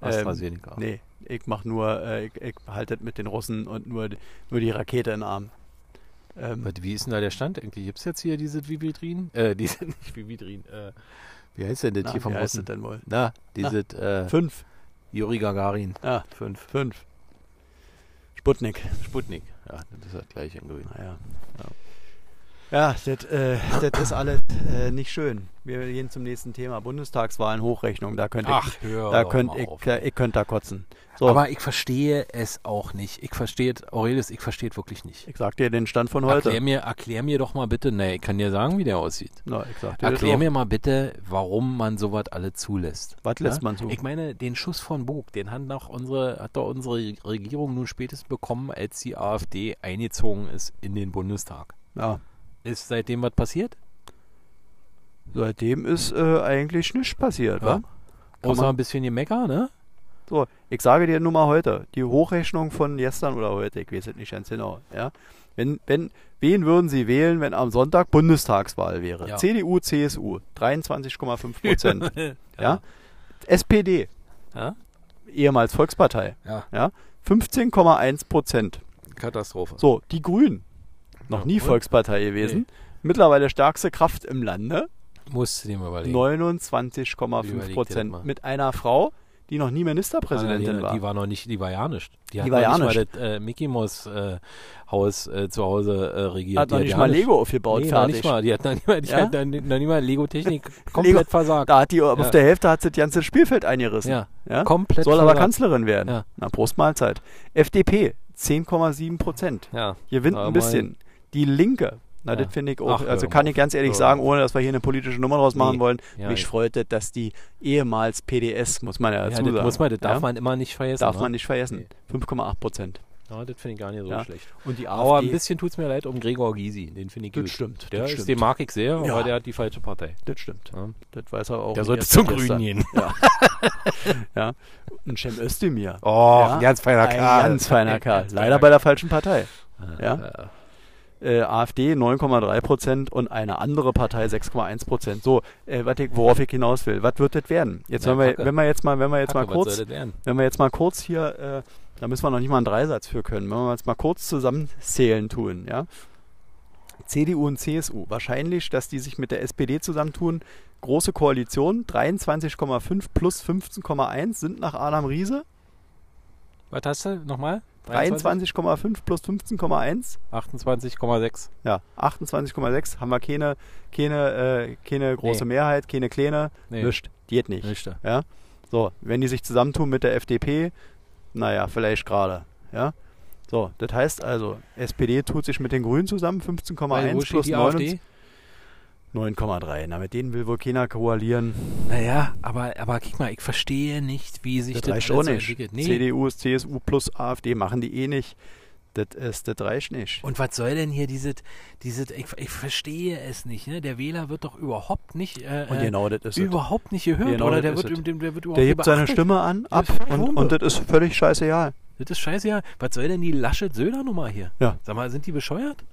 S2: AstraZeneca.
S1: nee. Ich mach nur, äh, ich, ich halte das mit den Russen und nur, nur die Rakete in den Arm. Ähm,
S2: Was, Wie ist denn da der Stand eigentlich? Gibt's jetzt hier diese Vividrin? Äh, diese, nicht Vividrin, äh, wie heißt denn das
S1: na,
S2: hier vom
S1: wie heißt das
S2: Russen?
S1: denn wohl?
S2: Na, diese, äh,
S1: Fünf.
S2: Juri Gagarin.
S1: Ah,
S2: Fünf.
S1: fünf. Sputnik.
S2: Sputnik. Ja, das ist das gleiche in grün.
S1: Naja. Ja, das, äh, das ist alles äh, nicht schön. Wir gehen zum nächsten Thema. Bundestagswahlen, Hochrechnung. Da könnte ich,
S2: hör
S1: da
S2: doch
S1: könnt
S2: mal
S1: ich,
S2: auf.
S1: äh, ich könnt da kotzen. So,
S2: Aber ich verstehe es auch nicht. Ich verstehe, Aurelius, ich verstehe wirklich nicht.
S1: ich sag dir den Stand von
S2: Erklär
S1: heute.
S2: mir, erklär mir doch mal bitte, ne, ich kann dir sagen, wie der aussieht.
S1: Na, ich sag dir das
S2: Erklär
S1: auch.
S2: mir mal bitte, warum man sowas alle zulässt.
S1: Was lässt man zu?
S2: Ich meine, den Schuss von Bug, den hat doch unsere, hat doch unsere Regierung nun spätestens bekommen, als die AfD eingezogen ist in den Bundestag.
S1: Ja.
S2: Ist seitdem was passiert?
S1: Seitdem ist äh, eigentlich nichts passiert, wa? Kann
S2: Außer
S1: man-
S2: ein bisschen Gemecker, ne?
S1: So, ich sage dir nur mal heute, die Hochrechnung von gestern oder heute, ich weiß es nicht ganz genau, ja. Wenn, wenn, wen würden sie wählen, wenn am Sonntag Bundestagswahl wäre?
S2: Ja.
S1: CDU, CSU, 23,5 Prozent. ja.
S2: Ja.
S1: SPD,
S2: Ja?
S1: ehemals Volkspartei,
S2: Ja.
S1: ja. 15,1 Prozent.
S2: Katastrophe.
S1: So, die Grünen, noch
S2: Ja,
S1: nie
S2: und?
S1: Volkspartei gewesen. Mittlerweile stärkste Kraft im Lande,
S2: Musst du dir mal überlegen.
S1: 29,5
S2: Überleg dir das mal.
S1: Prozent. Mit einer Frau, die noch nie Ministerpräsidentin
S2: Annalena,
S1: war.
S2: Die war noch nicht, die war ja nicht. Die, hat
S1: war
S2: noch
S1: ja
S2: nicht mal
S1: nicht.
S2: das äh, Mickey Mouse äh, Haus äh, zu Hause äh, regiert.
S1: Hat
S2: Die
S1: noch nicht
S2: ja
S1: mal Lego aufgebaut,
S2: Nee, noch
S1: fertig.
S2: nicht mal. Die hat noch nicht mal, die
S1: Ja?
S2: hat noch nie- noch nicht mal Lego Technik komplett
S1: Lego-
S2: versagt.
S1: Da hat die auf der Hälfte hat sie das ganze Spielfeld eingerissen.
S2: ja,
S1: Ja?
S2: komplett
S1: Soll aber
S2: versagt.
S1: Kanzlerin werden.
S2: Ja.
S1: Na, Prost Mahlzeit. FDP, 10,7 Prozent.
S2: Ja.
S1: Gewinnt
S2: Aber
S1: ein bisschen. Die Linke, na,
S2: Ja.
S1: das finde ich auch,
S2: Ach,
S1: also
S2: hör
S1: kann
S2: mal
S1: ich ganz ehrlich
S2: Hör
S1: sagen,
S2: mal auf.
S1: ohne dass wir hier eine politische Nummer draus machen
S2: Nee.
S1: wollen,
S2: Ja,
S1: mich
S2: ja.
S1: freut es, dass die ehemals PDS, muss man ja
S2: Ja,
S1: dazu
S2: das
S1: sagen.
S2: muss man, das darf
S1: ja?
S2: man immer nicht vergessen.
S1: darf
S2: ne?
S1: man nicht vergessen. 5,8 Prozent.
S2: Ja, das finde ich gar nicht so
S1: Ja.
S2: schlecht.
S1: Und die
S2: Aber ein bisschen tut's mir leid um Gregor Gysi. Den finde ich
S1: Das
S2: gut.
S1: stimmt,
S2: Der
S1: das
S2: ist,
S1: stimmt.
S2: den mag ich sehr,
S1: Ja.
S2: aber der hat die falsche Partei.
S1: Das stimmt.
S2: Ja.
S1: Das weiß er auch.
S2: Der
S1: nicht
S2: sollte
S1: erst
S2: zum
S1: seit
S2: Grünen
S1: gestern.
S2: gehen.
S1: Ja. Ein Cem Özdemir.
S2: Oh,
S1: Ja.
S2: ganz feiner
S1: Ein ganz feiner Kerl. Leider bei der falschen Partei. Ja. Äh, AfD 9,3 Prozent und eine andere Partei 6,1 Prozent. So, äh, wat ich, worauf ich hinaus will. Was wird das werden? Jetzt,
S2: Na,
S1: wenn, wir,
S2: Kacke.
S1: wenn wir jetzt mal, wenn wir jetzt
S2: Hacke,
S1: mal
S2: Was
S1: kurz,
S2: soll das werden?
S1: wenn wir jetzt mal kurz hier, äh, da müssen wir noch nicht mal einen Dreisatz für können. Wenn wir jetzt mal kurz zusammenzählen tun, ja. CDU und CSU, wahrscheinlich, dass die sich mit der SPD zusammentun. Große Koalition, 23,5 plus 15,1 sind nach Adam Riese.
S2: Was hast du nochmal?
S1: 23,5 plus 15,1.
S2: 28,6.
S1: Ja, 28,6 haben wir keine, keine, äh, keine große Mehrheit, keine kleine.
S2: Nee.
S1: Nischt. Die geht nicht.
S2: Nicht.
S1: Ja? So, wenn die sich zusammentun mit der FDP, naja, vielleicht gerade. Ja? So, das heißt also, SPD tut sich mit den Grünen zusammen,
S2: Weil, wo
S1: 15,1
S2: steht
S1: plus
S2: die
S1: 9.
S2: AfD?
S1: 9,3. Na, mit denen will wohl keiner koalieren.
S2: Naja, aber, aber guck mal, ich verstehe nicht, wie sich
S1: Das
S2: das,
S1: reicht
S2: alles
S1: auch
S2: so
S1: nicht.
S2: entwickelt. Nee.
S1: CDU, CSU plus AfD machen die eh nicht. Das ist, das reicht nicht.
S2: Und was soll denn hier dieses, dieses ich, ich verstehe es nicht, ne? Der Wähler wird doch überhaupt nicht, äh,
S1: Und
S2: äh,
S1: genau das ist es.
S2: überhaupt nicht gehört.
S1: Genau
S2: oder
S1: das
S2: der
S1: ist
S2: wird,
S1: es.
S2: im- dem, der wird überhaupt
S1: Der
S2: nicht
S1: hebt seine
S2: beachtet.
S1: Stimme an, ab
S2: Das ist
S1: und,
S2: Wumpe.
S1: und das ist völlig scheißegal.
S2: Das ist scheißegal. Was soll denn die Laschet-Söder-Nummer hier?
S1: Ja.
S2: Sag mal, sind die bescheuert?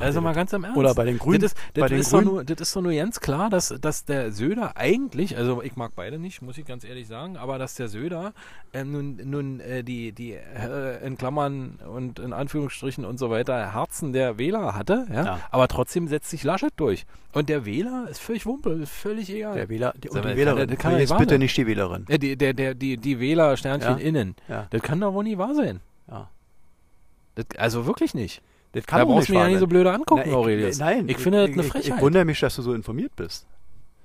S2: Also mal ganz im Ernst.
S1: Oder bei den Grünen.
S2: Das ist, das,
S1: bei den
S2: ist doch
S1: Grünen.
S2: nur, das ist doch nur ganz klar, dass, dass der Söder eigentlich, also ich mag beide nicht, muss ich ganz ehrlich sagen, aber dass der Söder ähm, nun, nun äh, die, die äh, in Klammern und in Anführungsstrichen und so weiter Herzen der Wähler hatte, ja?
S1: Ja.
S2: aber trotzdem setzt sich Laschet durch. Und der Wähler ist völlig Wumpe, ist völlig egal.
S1: der Wähler, die,
S2: Sag
S1: und
S2: mal,
S1: die
S2: das
S1: Wählerin.
S2: kann- das kann doch nicht
S1: jetzt
S2: wahr
S1: bitte
S2: sein.
S1: nicht die Wählerin.
S2: Äh, die, der, der, die, die Wähler Sternchen
S1: Ja.
S2: innen.
S1: Ja.
S2: Das kann doch wohl nicht wahr sein.
S1: Ja.
S2: Das, also wirklich nicht.
S1: Das
S2: da brauchst du mich ja nicht so blöde angucken,
S1: Na, ich-
S2: Aurelius.
S1: Nein,
S2: ich finde das eine Frechheit.
S1: Ich, ich wundere mich, dass du so informiert bist.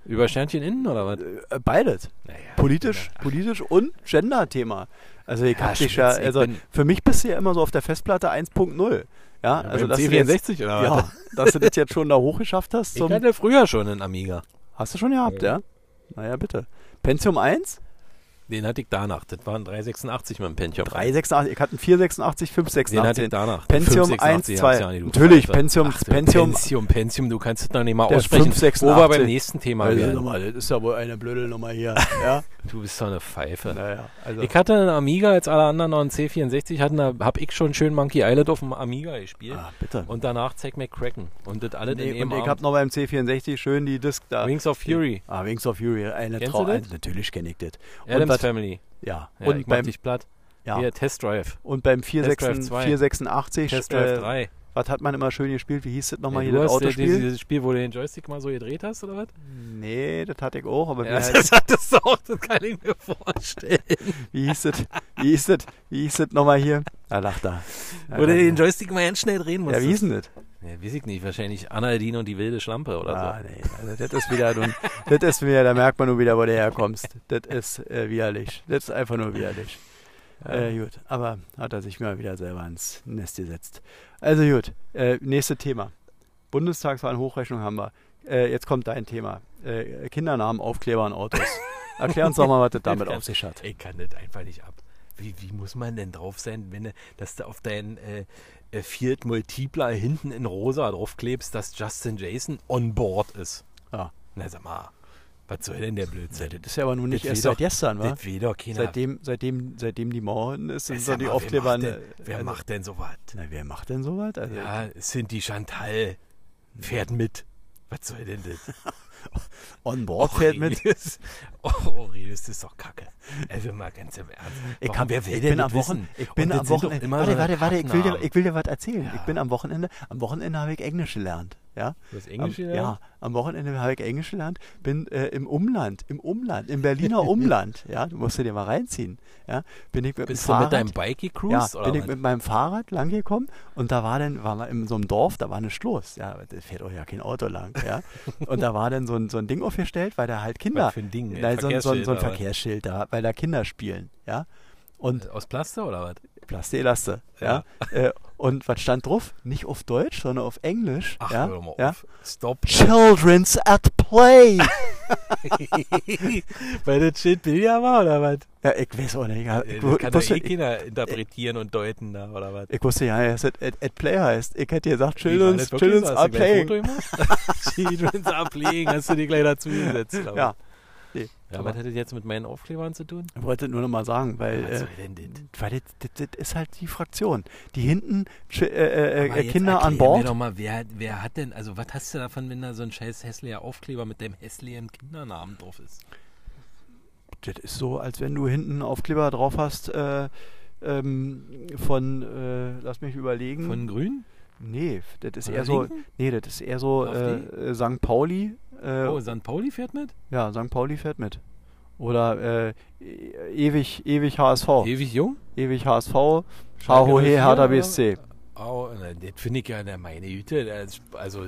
S2: Über Sternchen innen oder was?
S1: Äh, Beides.
S2: Naja,
S1: Politisch, politisch und Gender-Thema. Also ich
S2: Ja,
S1: hab dich ja,
S2: Schmitz, ich
S1: also
S2: bin-
S1: für mich bist du ja immer so auf der Festplatte 1.0. Ja, also dass du, jetzt,
S2: C64 oder was?
S1: ja, dass du das jetzt schon da hochgeschafft hast.
S2: Ich
S1: Zum,
S2: hatte früher schon einen Amiga.
S1: hast du schon gehabt, ja? Naja, bitte. Pentium 1,
S2: Den hatte ich danach. Das waren 386 mit dem Pentium.
S1: 386, ich hatte einen 486,
S2: Den
S1: 586.
S2: hatte ich danach.
S1: Pentium
S2: 586
S1: 1,
S2: hab's
S1: 2.
S2: ja nicht, du
S1: Natürlich,
S2: Pfeife.
S1: Pentium-
S2: Ach,
S1: Pentium-
S2: Pentium, Pentium, du kannst es noch nicht mal
S1: Der
S2: aussprechen.
S1: 586.
S2: Wo wir beim nächsten Thema
S1: also,
S2: werden.
S1: nochmal, das ist ja wohl eine blöde Nummer hier. Ja,
S2: Du bist doch eine Pfeife.
S1: naja, also.
S2: Ich hatte einen Amiga, als alle anderen noch einen C64 hatten, da hab ich schon schön Monkey Island auf dem Amiga gespielt.
S1: ah, bitte.
S2: Und danach Zack McCracken. Und das alle
S1: Nee,
S2: in
S1: und
S2: einem
S1: ich
S2: Abend.
S1: habe noch beim C64 schön die Disc da.
S2: Wings of Fury.
S1: Ah, Wings of Fury, eine
S2: Kennst
S1: Trau-
S2: du das?
S1: ein- Natürlich kenne ich das.
S2: Adams
S1: was-
S2: Family.
S1: Ja,
S2: Ja,
S1: und,
S2: ich mach
S1: beim,
S2: dich platt.
S1: ja.
S2: Hier, Test Drive.
S1: und beim 46,
S2: Test Drive 2.
S1: 486,
S2: Test
S1: äh,
S2: Drive 3.
S1: was hat man immer schön gespielt? Wie hieß das nochmal
S2: Ja,
S1: hier,
S2: du
S1: das
S2: hast ja dieses,
S1: Autospiel?
S2: dieses Spiel, wo du den Joystick mal so gedreht hast, oder was?
S1: Nee, das hatte ich auch, aber wie,
S2: Ja,
S1: heißt,
S2: das hattest du auch, das kann ich mir vorstellen.
S1: wie hieß das? Wie hieß das? Wie hieß das nochmal hier? Ah, Da lacht er. Ja,
S2: Wo du den
S1: ja,
S2: Joystick mal ganz schnell drehen musst.
S1: wie hieß denn das?
S2: ja, weiß ich nicht, wahrscheinlich Analdin und die wilde Schlampe oder
S1: Ah, nee, also das ist wieder, nun, das ist wieder, da merkt man nur wieder, wo du herkommst. Das ist äh, widerlich. Das ist einfach nur widerlich.
S2: so.
S1: Äh, gut, aber hat er sich mal wieder selber ans Nest gesetzt. Also gut, äh, nächstes Thema. Bundestagswahl Hochrechnung haben wir. Äh, jetzt kommt dein Thema. Äh, Kindernamen, Aufkleber an Autos. Erklär uns doch mal, was das damit auf sich hat.
S2: Ich kann das einfach nicht ab. Wie, wie muss man denn drauf sein, wenn du, dass du auf deinen äh, äh, Fiat Multipler hinten in rosa draufklebst, dass Justin Jason on board ist?
S1: Ja.
S2: Na sag mal, was soll denn der Blödsinn?
S1: Das ist ja aber nun nicht
S2: Das
S1: erst
S2: will doch-
S1: seit gestern, wa?
S2: Das will doch keiner.
S1: Seitdem, seitdem, seitdem die Mauer unten ist, sind
S2: Sag
S1: so die
S2: mal,
S1: Aufkleber. an-
S2: Wer macht denn, wer
S1: also-
S2: macht denn sowas?
S1: Na, wer macht denn sowas? Also,
S2: Ja, es sind die Chantal. Fährt mit. Was soll denn das?
S1: On board fährt mit.
S2: Aurelius. Oh, Aurelius, das ist doch kacke. Also mal ganz im Ernst.
S1: Ich,
S2: Warum,
S1: hab,
S2: wer will
S1: ich
S2: denn
S1: bin
S2: das
S1: am Wochenende.
S2: wissen?
S1: Ich bin
S2: Und das
S1: am
S2: sind doch
S1: Wochenende.
S2: immer
S1: warte,
S2: so
S1: warte, warte, ich will dir,
S2: Kacknamen.
S1: ich will dir was erzählen. Ich
S2: Ja.
S1: bin am Wochenende. Am Wochenende habe ich Englisch gelernt. Ja?
S2: Du hast Englisch
S1: am,
S2: gelernt?
S1: ähm, Ja, am Wochenende habe ich Englisch gelernt. Bin äh, im Umland, im Umland, im Berliner Umland. Ja, du musst dir den mal reinziehen. Ja, bin ich mit
S2: Bist
S1: dem
S2: du
S1: Fahrrad,
S2: mit deinem Bike gecruised?
S1: ja,
S2: oder
S1: bin ich
S2: was?
S1: mit meinem Fahrrad lang gekommen und da war dann, war in so einem Dorf, da war eine Schloss, ja, da fährt auch ja kein Auto lang, ja. Und da war dann so ein, so ein Ding aufgestellt, weil da halt Kinder,
S2: Was für ein Ding? Ein
S1: Nein, so, ein- so, ein- so ein Verkehrsschild,
S2: Verkehrsschild, aber-
S1: da, weil da Kinder spielen, ja. Und
S2: Aus Plaster oder was?
S1: Plastelaste, ja. Äh, und was stand drauf? Nicht auf Deutsch, sondern auf Englisch.
S2: Ach,
S1: ja?
S2: hör mal
S1: ja?
S2: auf. Stop.
S1: Children's at play.
S2: Weil das Schild Bilder war oder was?
S1: ja, ich weiß auch nicht. Ja, ich,
S2: Äh, Das
S1: wu-
S2: kann doch
S1: wusste,
S2: eh
S1: ich,
S2: keiner interpretieren und deuten da oder was?
S1: ich wusste ja, dass es at, at play heißt. Ich hätte gesagt,
S2: Wie, war das
S1: Children's,
S2: wirklich
S1: Children's
S2: so?
S1: are
S2: Hast du gleich ein
S1: playing.
S2: Foto gemacht? Children's are playing, hast du dir gleich dazu gesetzt. oder was?
S1: Ja. Nee,
S2: Ja, was hat das jetzt mit meinen Aufklebern zu tun?
S1: ich wollte nur noch mal sagen, weil,
S2: Was
S1: äh,
S2: soll denn das?
S1: weil das, das, das ist halt die Fraktion. Die hinten Chi- äh,
S2: Aber
S1: äh, äh,
S2: jetzt
S1: Kinder an
S2: erklär Mir
S1: Bord.
S2: doch mal, wer, wer hat denn, also was hast du davon, wenn da so ein scheiß hässlicher Aufkleber mit dem hässlichen Kindernamen drauf ist?
S1: Das ist so, als wenn du hinten einen Aufkleber drauf hast äh, ähm, von, äh, lass mich überlegen.
S2: Von Grün?
S1: Nee, das ist
S2: Von
S1: eher
S2: der
S1: so.
S2: Linken?
S1: Nee, das ist eher so
S2: AfD?
S1: äh, äh, St. Pauli. Äh,
S2: Oh, St. Pauli fährt mit?
S1: Ja, St. Pauli fährt mit. Oder äh, e- ewig, ewig HSV.
S2: Ewig jung?
S1: ewig HSV.
S2: Schalke
S1: Ahohe
S2: 04
S1: Hertha
S2: oder?
S1: BSC.
S2: Au, Oh, na, das finde ich ja, na, meine Güte, das, also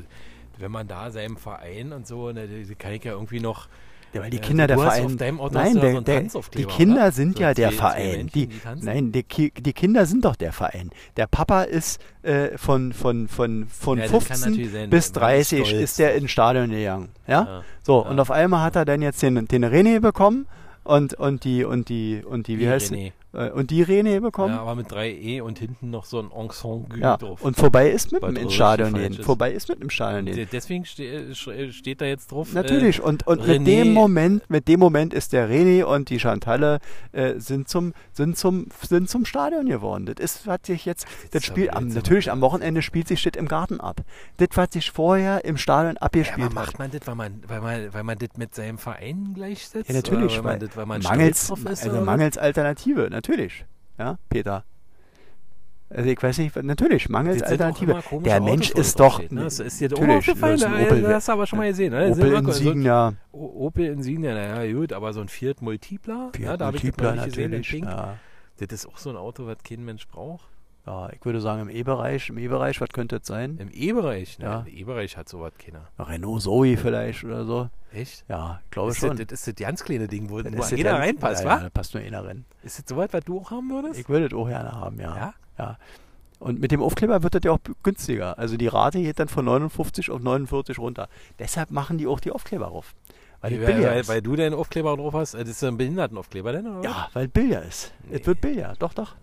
S2: wenn man da seinem Verein und so, na, das kann ich ja irgendwie noch,
S1: Ja, weil die
S2: Äh,
S1: Kinder
S2: du
S1: der
S2: hast
S1: Verein.
S2: auf deinem Auto hast
S1: nein,
S2: du
S1: der,
S2: so einen
S1: der, die
S2: Tanzaufkleber,
S1: Kinder
S2: oder?
S1: sind
S2: So
S1: ja der
S2: zwei- zwei
S1: Verein.
S2: Menschen,
S1: Die,
S2: die tanzen?
S1: nein, die, Ki- die Kinder sind doch der Verein. Der Papa ist äh, von, von, von, von
S2: Ja, das kann natürlich
S1: 15
S2: sein,
S1: bis
S2: weil er
S1: 30
S2: stolz
S1: ist der ins Stadion gegangen. Ja?
S2: Ja,
S1: So,
S2: ja.
S1: und auf einmal hat er dann jetzt den, den René bekommen und, und die, und die, und die, wie
S2: Die
S1: heißt
S2: René.
S1: Äh, und die René bekommen.
S2: Ja, aber mit 3E und hinten noch so ein Ensemble
S1: Ja,
S2: drauf.
S1: und vorbei ist mit
S2: Weil
S1: dem
S2: das
S1: ins
S2: richtig
S1: Stadion
S2: falsch
S1: gehen.
S2: ist.
S1: Vorbei ist mit dem Stadion gehen.
S2: De- Deswegen ste äh, sch- steht da jetzt drauf.
S1: Natürlich.
S2: Äh,
S1: Und, und
S2: René-
S1: mit dem Moment, mit dem Moment ist der René und die Chantalle äh, sind zum, sind zum, sind zum Stadion geworden. Das ist, hat sich jetzt, das
S2: ist ja
S1: Spiel am,
S2: Blödsinn.
S1: natürlich am Wochenende spielt sich shit im Garten ab. Das, was sich vorher im Stadion
S2: ja,
S1: abgespielt
S2: aber
S1: hat.
S2: macht man das, weil man, weil man, weil man das mit seinem Verein gleichsetzt?
S1: Ja, natürlich,
S2: Oder weil, man das, weil man
S1: mangels,
S2: stolz drauf ist?
S1: also
S2: oder?
S1: mangels Alternative, natürlich. Ja, Peter. Also ich weiß nicht, natürlich,
S2: Das
S1: mangels
S2: sind auch
S1: Alternative.
S2: immer komische
S1: Der
S2: Autos,
S1: Mensch
S2: wo das
S1: ist
S2: drauf
S1: doch,
S2: steht, Ne? Das ist dir doch
S1: natürlich,
S2: aufgefallen.
S1: das ist ein
S2: äh,
S1: Opel,
S2: das hast du aber schon mal gesehen. Ne? Das sind
S1: Opel
S2: immer- so-
S1: Insignia. ja.
S2: O- Opel Insignia, naja, gut, aber so ein Fiat Multipla, ja,
S1: Fiat
S2: da habe ich das
S1: Multipla
S2: noch nicht gesehen, in
S1: natürlich.
S2: Pink.
S1: ja.
S2: Das ist auch so ein Auto, was kein Mensch braucht.
S1: ja, ich würde sagen, im E-Bereich, im E-Bereich, was könnte das sein?
S2: Im E-Bereich, ne?
S1: Ja.
S2: Im E-Bereich hat sowas keiner.
S1: Renault Zoe vielleicht oder so.
S2: Echt?
S1: Ja, ich glaube
S2: ist
S1: schon.
S2: Das, das ist das ganz kleine Ding, wo,
S1: Das
S2: wo
S1: ist
S2: jeder
S1: ja-
S2: reinpasst,
S1: ja,
S2: wa?
S1: Ja, da passt nur einer rein.
S2: Ist das soweit, was du auch haben würdest?
S1: Ich würde das auch gerne haben, ja.
S2: Ja?
S1: Und mit dem Aufkleber wird das ja auch günstiger. Also die Rate geht dann von 59 auf 49 runter. Deshalb machen die auch die Aufkleber rauf. Weil
S2: Weil,
S1: das
S2: weil,
S1: billiger
S2: weil,
S1: ist.
S2: du deinen Aufkleber drauf hast, äh, das ist ein Behindertenaufkleber denn, oder?
S1: ja, weil es billiger ist.
S2: Nee.
S1: Es wird billiger, doch, doch.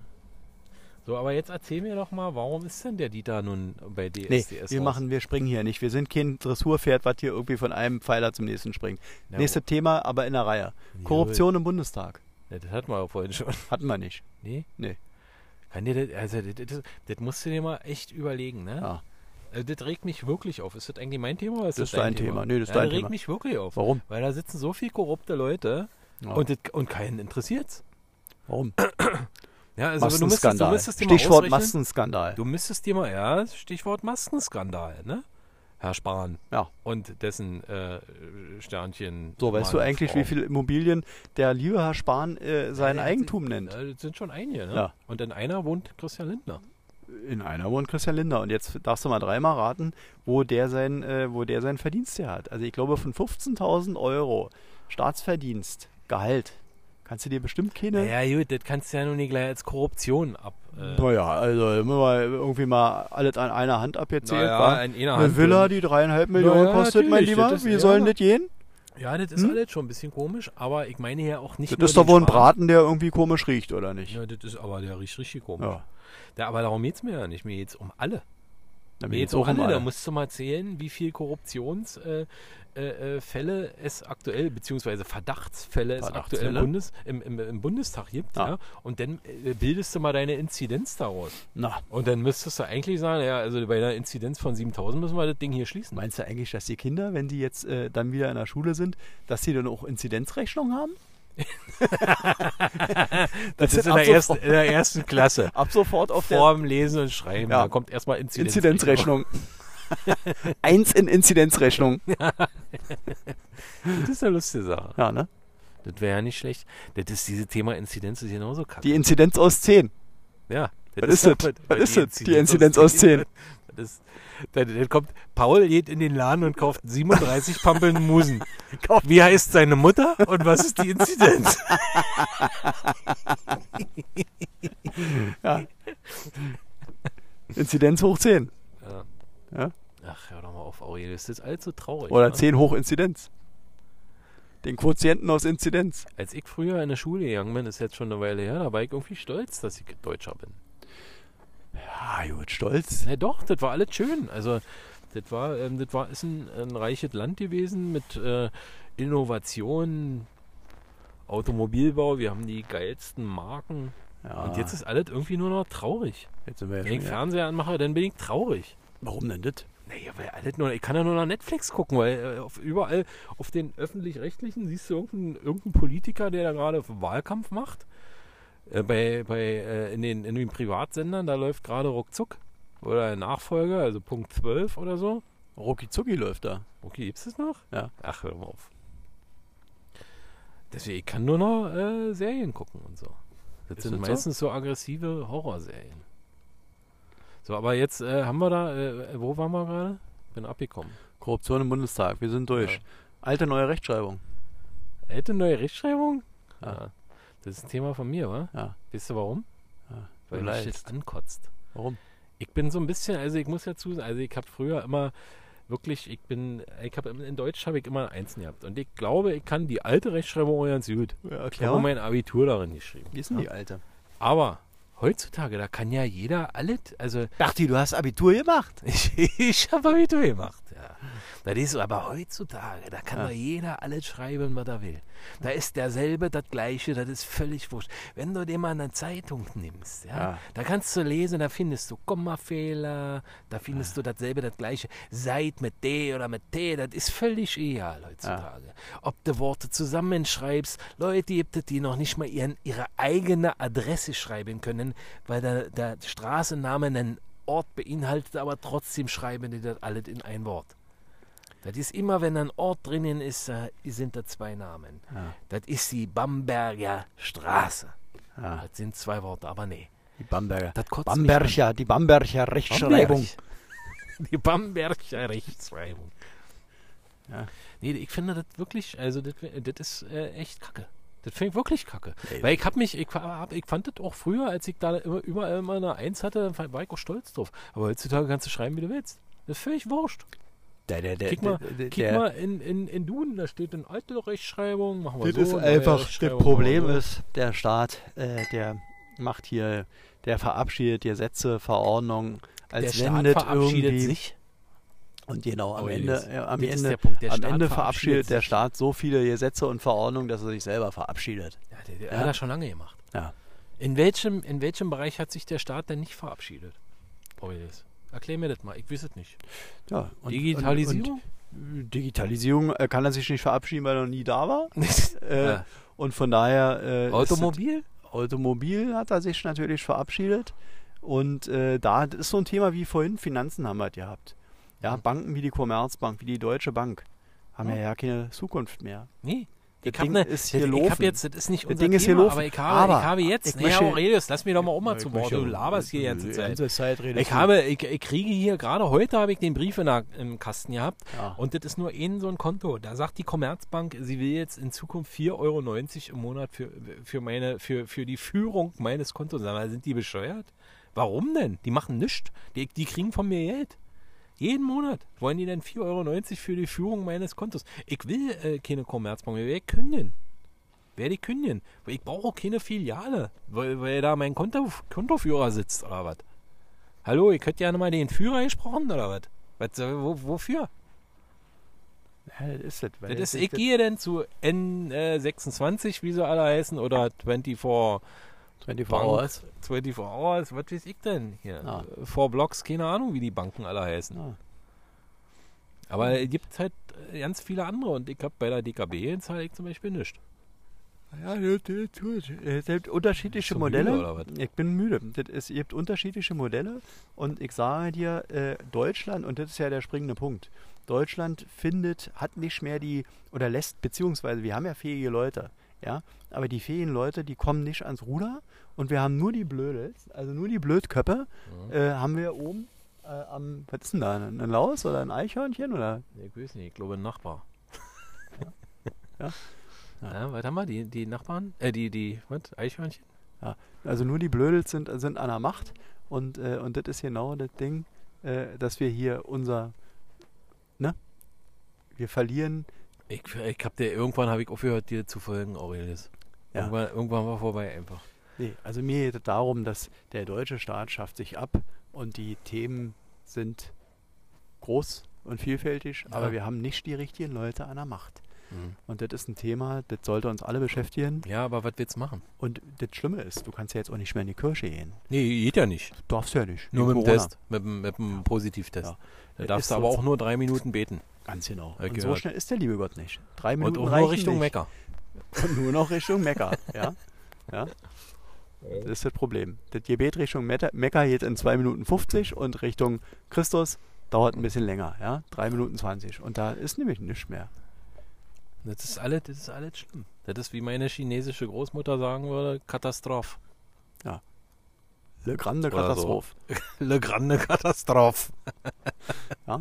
S2: So, aber jetzt erzähl mir doch mal, warum ist denn der Dieter nun bei DSDS?
S1: Nee,
S2: raus?
S1: wir machen, wir springen hier nicht. Wir sind kein Dressurpferd, was hier irgendwie von einem Pfeiler zum nächsten springt.
S2: Na,
S1: Nächstes Thema, aber in der Reihe.
S2: Jawohl.
S1: Korruption im Bundestag.
S2: Ne, das hatten wir ja vorhin schon.
S1: Hatten wir nicht.
S2: Nee?
S1: Nee.
S2: Kann dir das, also das, das, das musst du dir mal echt überlegen, ne?
S1: Ja.
S2: Also, das regt mich wirklich auf. Ist das eigentlich mein Thema oder ist das,
S1: Das ist dein Thema. Nee, das ist
S2: ja,
S1: dein
S2: das regt
S1: Thema.
S2: mich wirklich auf.
S1: Warum?
S2: Weil da sitzen so viele korrupte Leute
S1: Ja.
S2: und, das, und keinen interessiert's.
S1: Warum?
S2: Ja, also du müsstest, du
S1: Massenskandal.
S2: müsstest dir mal
S1: Stichwort
S2: ausrechnen-
S1: Massenskandal.
S2: Du müsstest dir mal, ja, Stichwort Maskenskandal, ne? Herr Spahn
S1: Ja.
S2: und dessen äh, Sternchen.
S1: So, weißt du
S2: Mann,
S1: eigentlich,
S2: Frau.
S1: wie viele Immobilien der liebe Herr Spahn äh, sein
S2: Ja,
S1: Eigentum
S2: das-
S1: nennt?
S2: Ja, das sind schon einige, ne?
S1: Ja.
S2: Und in einer wohnt Christian Lindner.
S1: In einer wohnt Christian Linder. Und jetzt darfst du mal dreimal raten, wo der sein, äh, wo der sein Verdienst her hat. Also ich glaube, von 15.000 Euro Staatsverdienst, Gehalt, kannst du dir bestimmt keine...
S2: Ja, gut, das kannst du ja nun nicht gleich als Korruption ab. Äh,
S1: Naja, also wenn wir mal irgendwie mal alles an einer Hand abgezählt
S2: Naja,
S1: war.
S2: in einer Hand.
S1: Eine Villa, die dreieinhalb Millionen
S2: Naja,
S1: kostet, mein
S2: natürlich,
S1: Lieber.
S2: das ist-
S1: Wie
S2: ja.
S1: sollen das gehen?
S2: ja, das ist
S1: Hm?
S2: alles schon ein bisschen komisch, aber ich meine ja auch nicht.
S1: Das
S2: nur
S1: ist doch
S2: den
S1: wohl ein
S2: Spahn.
S1: Braten, der irgendwie komisch riecht, oder nicht?
S2: Ja, das ist aber der riecht richtig komisch.
S1: Ja.
S2: Da, aber darum geht's mir ja nicht. Mir geht's um alle.
S1: Dann
S2: Mir
S1: bin ich
S2: geht's um alle.
S1: um
S2: Da musst du mal zählen, wie viel Korruptionsfälle äh, äh, Fälle es aktuell, beziehungsweise Verdachtsfälle, es aktuell im,
S1: Verdachtsfälle?
S2: Bundes, im, im, im Bundestag gibt. Ja.
S1: Ja.
S2: Und dann äh, bildest du mal deine Inzidenz daraus.
S1: Na,
S2: Und dann müsstest du eigentlich sagen, ja, also bei einer Inzidenz von 7000 müssen wir das Ding hier schließen.
S1: Meinst du eigentlich, dass die Kinder, wenn die jetzt äh, dann wieder in der Schule sind, dass sie dann auch Inzidenzrechnung haben?
S2: Das, ist in
S1: ab
S2: der, ersten,
S1: sofort-
S2: in der ersten Klasse.
S1: Ab sofort auf der
S2: Vorm Lesen und Schreiben.
S1: Ja.
S2: Da kommt erstmal Inzidenz.
S1: Inzidenzrechnung. Eins in Inzidenzrechnung.
S2: Das ist eine lustige Sache.
S1: Ja, ne?
S2: Das wäre ja nicht schlecht. Das ist, dieses Thema Inzidenz ist genauso kacke.
S1: Die Inzidenz aus 10.
S2: Ja.
S1: Was ist das?
S2: aber-
S1: Was ist das? Die Inzidenz aus 10.
S2: Das, ist- dann, dann kommt, Paul geht in den Laden und kauft 37 Pampeln Musen. Wie heißt seine Mutter und was ist die Inzidenz?
S1: Inzidenz hoch 10.
S2: Ja.
S1: Ja?
S2: Ach, hör doch mal auf, Aurelius. Das ist allzu traurig.
S1: Oder
S2: ne?
S1: 10 hoch Inzidenz. Den Quotienten aus Inzidenz.
S2: Als ich früher in der Schule gegangen bin, ist jetzt schon eine Weile her, da war ich irgendwie stolz, dass ich Deutscher bin.
S1: Ah, gut, stolz.
S2: Na doch, das war alles schön. Also, das war, ähm, das war ist ein, ein reiches Land gewesen mit äh, Innovationen, Automobilbau. Wir haben die geilsten Marken.
S1: Ja,
S2: Und jetzt ist alles irgendwie nur noch traurig.
S1: jetzt sind wir Ah. ja
S2: Wenn ich
S1: schon, ja.
S2: Fernseher anmache, dann bin ich traurig.
S1: Warum denn das?
S2: Naja, weil alles nur, ich kann ja nur nach Netflix gucken, weil äh, auf, überall auf den öffentlich-rechtlichen siehst du irgendeinen, irgendeinen Politiker, der da gerade Wahlkampf macht. Äh, bei, bei, äh, in, den, in den Privatsendern, da läuft gerade ruckzuck. Oder der Nachfolger, also Punkt 12 oder so.
S1: Rucki Zucki läuft da.
S2: Okay, gibt's das noch?
S1: Ja.
S2: Ach, hör mal auf. Deswegen, ich kann nur noch äh, Serien gucken und so. Das
S1: Ist
S2: sind
S1: das so?
S2: meistens so aggressive Horrorserien. So, aber jetzt äh, haben wir da, äh, wo waren wir gerade? Bin abgekommen.
S1: Korruption im Bundestag, wir sind durch. Alte neue Rechtschreibung.
S2: Alte neue Rechtschreibung? Ah, das ist ein Thema von mir, wa?
S1: Ja.
S2: Weißt du warum?
S1: Ja,
S2: Weil mich
S1: vielleicht.
S2: das ankotzt.
S1: Warum?
S2: Ich bin so ein bisschen, also ich muss dazu sagen, also ich habe früher immer wirklich, ich bin, ich habe in Deutsch habe ich immer ein Einsen gehabt. Und ich glaube, ich kann die alte Rechtschreibung ganz gut.
S1: Ja,
S2: Ich habe mein Abitur darin geschrieben.
S1: Wie ist denn die alte?
S2: Aber heutzutage, da kann ja jeder alles, also
S1: Dachte, du hast Abitur gemacht.
S2: ich, ich habe Abitur gemacht. Ja. Das ist so, aber heutzutage, da kann doch jeder alles schreiben, was er will. Da ist derselbe das Gleiche, das ist völlig wurscht. Wenn du dir mal eine Zeitung nimmst, ja,
S1: Ja.
S2: da kannst du lesen, da findest du Kommafehler, da findest du dasselbe, das Gleiche. Seit mit D oder mit T, das ist völlig egal heutzutage. Ob du Worte zusammenschreibst, Leute gibt es, die noch nicht mal ihren, ihre eigene Adresse schreiben können, weil der, der Straßenname einen Ort beinhaltet, aber trotzdem schreiben die das alles in ein Wort. Das ist immer, wenn ein Ort drinnen ist, äh, sind da zwei Namen.
S1: Ja.
S2: Das ist die Bamberger Straße.
S1: Ja.
S2: Das sind zwei Worte, aber nee.
S1: Die Bamberger.
S2: Ah. Das kotzt mich
S1: Bamberger, die Bamberger Rechtschreibung.
S2: Die Bamberger Rechtschreibung.
S1: Ja.
S2: Nee, ich finde das wirklich, also das, das ist äh, echt kacke. Das finde ich wirklich kacke.
S1: Nee.
S2: Weil ich habe mich, ich, war- hab, ich fand das auch früher, als ich da immer, überall immer eine Eins hatte, dann war ich auch stolz drauf. Aber heutzutage kannst du schreiben, wie du willst. Das ist völlig wurscht.
S1: Der, der, der,
S2: Kick mal,
S1: der- der-
S2: kick mal in, in, in Duden, da steht eine alte Rechtschreibung, machen wir
S1: Das
S2: so.
S1: ist
S2: neue
S1: einfach, das
S2: Rechtschreibung,
S1: Problem
S2: machen wir so.
S1: ist, der Staat, äh, der macht hier, der verabschiedet hier Sätze, Verordnungen,
S2: der
S1: als
S2: Staat
S1: wenn das
S2: verabschiedet
S1: irgendwie.
S2: sich.
S1: Und genau, am
S2: Oh,
S1: Ende,
S2: jetzt.
S1: ja, am
S2: Das ist
S1: Ende,
S2: der Punkt. Der
S1: am
S2: Staat
S1: Ende
S2: verabschiedet
S1: verabschiedet der
S2: sich.
S1: Staat so viele Gesetze und Verordnungen, dass er sich selber verabschiedet.
S2: Ja, der, der
S1: Ja.
S2: hat das schon lange gemacht.
S1: Ja.
S2: In welchem, in welchem Bereich hat sich der Staat denn nicht verabschiedet? Eulis? Erklär mir das mal, ich weiß es nicht.
S1: ja und-
S2: Digitalisierung?
S1: Und, und Digitalisierung äh, kann er sich nicht verabschieden, weil er noch nie da war. Äh,
S2: Ja.
S1: Und von daher. Äh, ist
S2: Automobil?
S1: das- Automobil hat er sich natürlich verabschiedet. Und äh, da das ist so ein Thema wie vorhin: Finanzen haben wir halt gehabt. Ja,
S2: Mhm.
S1: Banken wie die Commerzbank, wie die Deutsche Bank haben ja, ja keine Zukunft mehr.
S2: Nee.
S1: Das
S2: hab
S1: Ding
S2: ne-
S1: ist
S2: das-
S1: hier
S2: Ich hab
S1: laufen.
S2: jetzt, das ist nicht
S1: Das
S2: unser
S1: Ding ist hier
S2: Thema,
S1: laufen.
S2: aber ich habe,
S1: Aber
S2: ich habe jetzt,
S1: ich
S2: naja,
S1: möchte-
S2: Aurelius, lass mich doch mal auch mal
S1: Ich
S2: zu Wort,
S1: möchte-
S2: du laberst hier die ganze Zeit.
S1: Zeit redest
S2: Ich
S1: du.
S2: habe, ich, ich kriege hier, gerade heute habe ich den Brief in der, im Kasten gehabt
S1: Ja.
S2: und das ist nur ein so ein Konto. Da sagt die Commerzbank, sie will jetzt in Zukunft 4,90 Euro im Monat für, für, meine, für, für die Führung meines Kontos. Sag mal, sind die bescheuert? Warum denn? Die machen nichts. Die, die kriegen von mir Geld. Jeden Monat wollen die dann 4,90 Euro für die Führung meines Kontos. Ich will äh, keine Commerzbank mehr. Wer kündigen? Werde ich kündigen? Weil Ich brauche auch keine Filiale, weil, weil da mein Konto, Kontoführer sitzt oder was. Hallo, ihr könnt ja nochmal den Führer gesprochen oder was? was soll- wo, wofür?
S1: Ja, das ist das. weil
S2: Das ist,
S1: das-
S2: ich gehe denn zu N26, wie sie alle heißen, oder 24
S1: 24
S2: Bank,
S1: Hours.
S2: 24 Hours, was weiß ich denn hier?
S1: Ja.
S2: Äh, Four Blocks, keine Ahnung, wie die Banken alle heißen.
S1: Ja.
S2: Aber es gibt halt äh, ganz viele andere und ich habe bei der DKB zahle ich halt zum Beispiel nichts.
S1: Ja, das- das tut. Es gibt unterschiedliche
S2: Bist du müde
S1: Modelle.
S2: oder was?
S1: ich bin müde. Das ist, es gibt unterschiedliche Modelle und ich sage dir, äh, Deutschland, und das ist ja der springende Punkt, Deutschland findet, hat nicht mehr die, oder lässt, beziehungsweise wir haben ja fähige Leute, ja, aber die fähigen Leute, die kommen nicht ans Ruder und wir haben nur die Blödels, also nur die Blödköppe,
S2: Mhm.
S1: äh, haben wir oben äh, am, was ist denn da, ein Laus oder ein Eichhörnchen oder
S2: Ich weiß nicht, ich glaube ein Nachbar.
S1: Ja.
S2: Ja. was haben wir? Die, die Nachbarn? Äh, die, die, was? Eichhörnchen?
S1: Ja, also nur die Blödels sind, sind an der Macht und, äh, und das ist genau das Ding, äh, dass wir hier unser, ne, wir verlieren,
S2: Ich, ich hab dir, irgendwann habe ich aufgehört, dir zu folgen, Aurelius.
S1: Ja.
S2: Irgendwann, irgendwann war vorbei einfach.
S1: nee, also mir geht es darum, dass der deutsche Staat schafft sich ab und die Themen sind groß und vielfältig,
S2: Ja.
S1: aber wir haben nicht die richtigen Leute an der Macht.
S2: Hm.
S1: Und das ist ein Thema, das sollte uns alle beschäftigen.
S2: Ja, aber was willst du machen?
S1: Und das Schlimme ist, du kannst ja jetzt auch nicht mehr in die Kirche gehen.
S2: Nee, geht ja nicht.
S1: Du darfst ja nicht.
S2: Nur mit
S1: wegen
S2: dem
S1: Corona.
S2: Test, mit dem, mit dem Positivtest.
S1: Ja.
S2: Da
S1: Ist
S2: darfst du
S1: so
S2: aber
S1: zu-
S2: auch nur drei Minuten beten.
S1: Ganz genau.
S2: Hab ich
S1: Und so
S2: gehört.
S1: schnell ist der liebe Gott nicht. Drei Minuten
S2: Und auch
S1: reichen
S2: nur Richtung
S1: nicht.
S2: Mecker.
S1: Und nur noch Richtung Mekka. Ja? ja? Das ist das Problem. Das Gebet Richtung Meta- Mekka geht in 2 Minuten 50 und Richtung Christus dauert ein bisschen länger. Ja? 3 Minuten 20. Und da ist nämlich nichts mehr.
S2: Das ist alles, das ist alles schlimm. Das ist, wie meine chinesische Großmutter sagen würde, Katastrophe.
S1: Le grande
S2: Oder so.
S1: Katastrophe.
S2: Le grande Katastrophe.
S1: Ja?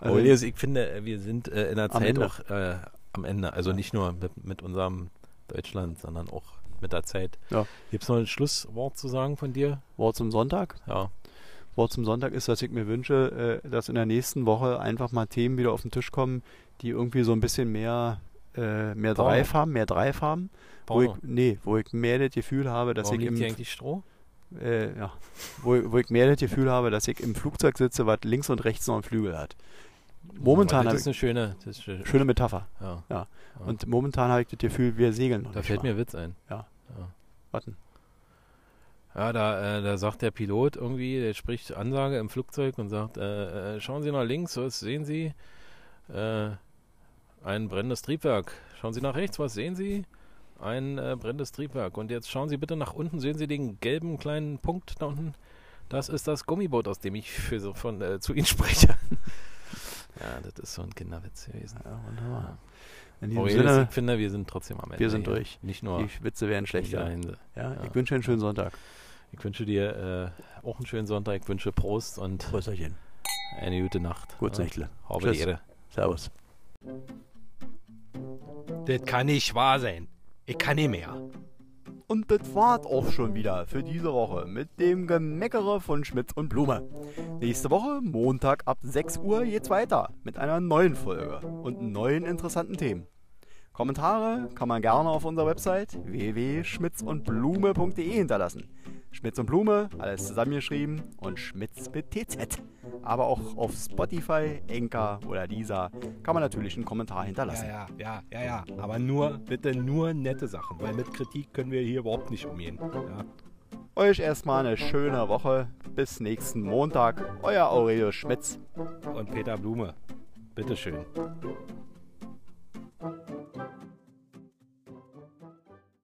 S1: Also,
S2: Aurelius, Also, ich finde, wir sind äh, in der
S1: Am
S2: Zeit
S1: Ende.
S2: auch äh, am Ende. Also nicht nur mit, mit unserem Deutschland, sondern auch mit der Zeit.
S1: Ja.
S2: Gibt es noch ein Schlusswort zu sagen von dir?
S1: Wort zum Sonntag.
S2: Ja.
S1: Wort zum Sonntag ist, dass ich mir wünsche, äh, dass in der nächsten Woche einfach mal Themen wieder auf den Tisch kommen, die irgendwie so ein bisschen mehr, äh, mehr
S2: Porno.
S1: Drive haben, mehr Drive haben. Wo ich,
S2: Porno.
S1: nee, wo ich mehr das Gefühl habe, dass
S2: Warum
S1: ich
S2: liegt
S1: im,
S2: hier eigentlich Stroh?
S1: äh, ja, wo, ich- wo ich mehr das Gefühl habe, dass ich im Flugzeug sitze, was links und rechts noch einen Flügel hat. Momentan
S2: Aber
S1: habe ich,
S2: das ist eine schöne. Das ist schön,
S1: schöne Metapher.
S2: ja.
S1: Ja.
S2: Ja.
S1: Und momentan habe ich das Gefühl, wir segeln noch
S2: Da
S1: nicht
S2: fällt
S1: mal.
S2: mir ein Witz ein.
S1: Warten.
S2: Ja, da, äh, da sagt der Pilot irgendwie, der spricht Ansage im Flugzeug und sagt, äh, äh, schauen Sie nach links, was sehen Sie? Äh, ein brennendes Triebwerk. Schauen Sie nach rechts, was sehen Sie? Ein äh, brennendes Triebwerk. Und jetzt schauen Sie bitte nach unten, sehen Sie den gelben kleinen Punkt da unten? Das ist das Gummiboot, aus dem ich für, so von, äh, zu Ihnen spreche. ja, das ist so ein Kinderwitz gewesen.
S1: Ja, wunderbar. In diesem
S2: Aurelius,
S1: Sinne,
S2: ich finde, wir sind trotzdem am Ende.
S1: wir sind
S2: hier.
S1: durch.
S2: Nicht nur
S1: Die Witze werden schlechter.
S2: Hinse.
S1: Ja,
S2: Ja.
S1: Ich wünsche einen schönen Sonntag.
S2: Ich wünsche dir äh, auch einen schönen Sonntag. Ich wünsche Prost und
S1: Prösterchen.
S2: eine gute Nacht.
S1: Gut, Nächtle.
S2: Habe die
S1: Tschüss.
S2: Ehre.
S1: Servus.
S3: Das kann nicht wahr sein. Ich kann nicht mehr.
S1: Und das war's auch schon wieder für diese Woche mit dem Gemeckere von Schmitz und Blume. Nächste Woche, Montag ab 6 Uhr, geht's weiter mit einer neuen Folge und neuen interessanten Themen. Kommentare kann man gerne auf unserer Website www.schmitzundblume.de hinterlassen. Schmitz und Blume, alles zusammengeschrieben und Schmitz mit TZ. Aber auch auf Spotify, Enka oder Deezer kann man natürlich einen Kommentar hinterlassen.
S3: Ja, ja, ja, ja, ja. Aber nur, bitte nur nette Sachen, weil mit Kritik können wir hier überhaupt nicht umgehen. Ja.
S1: Euch erstmal eine schöne Woche. Bis nächsten Montag. Euer Aurelio Schmitz.
S3: Und Peter Blume, bitteschön.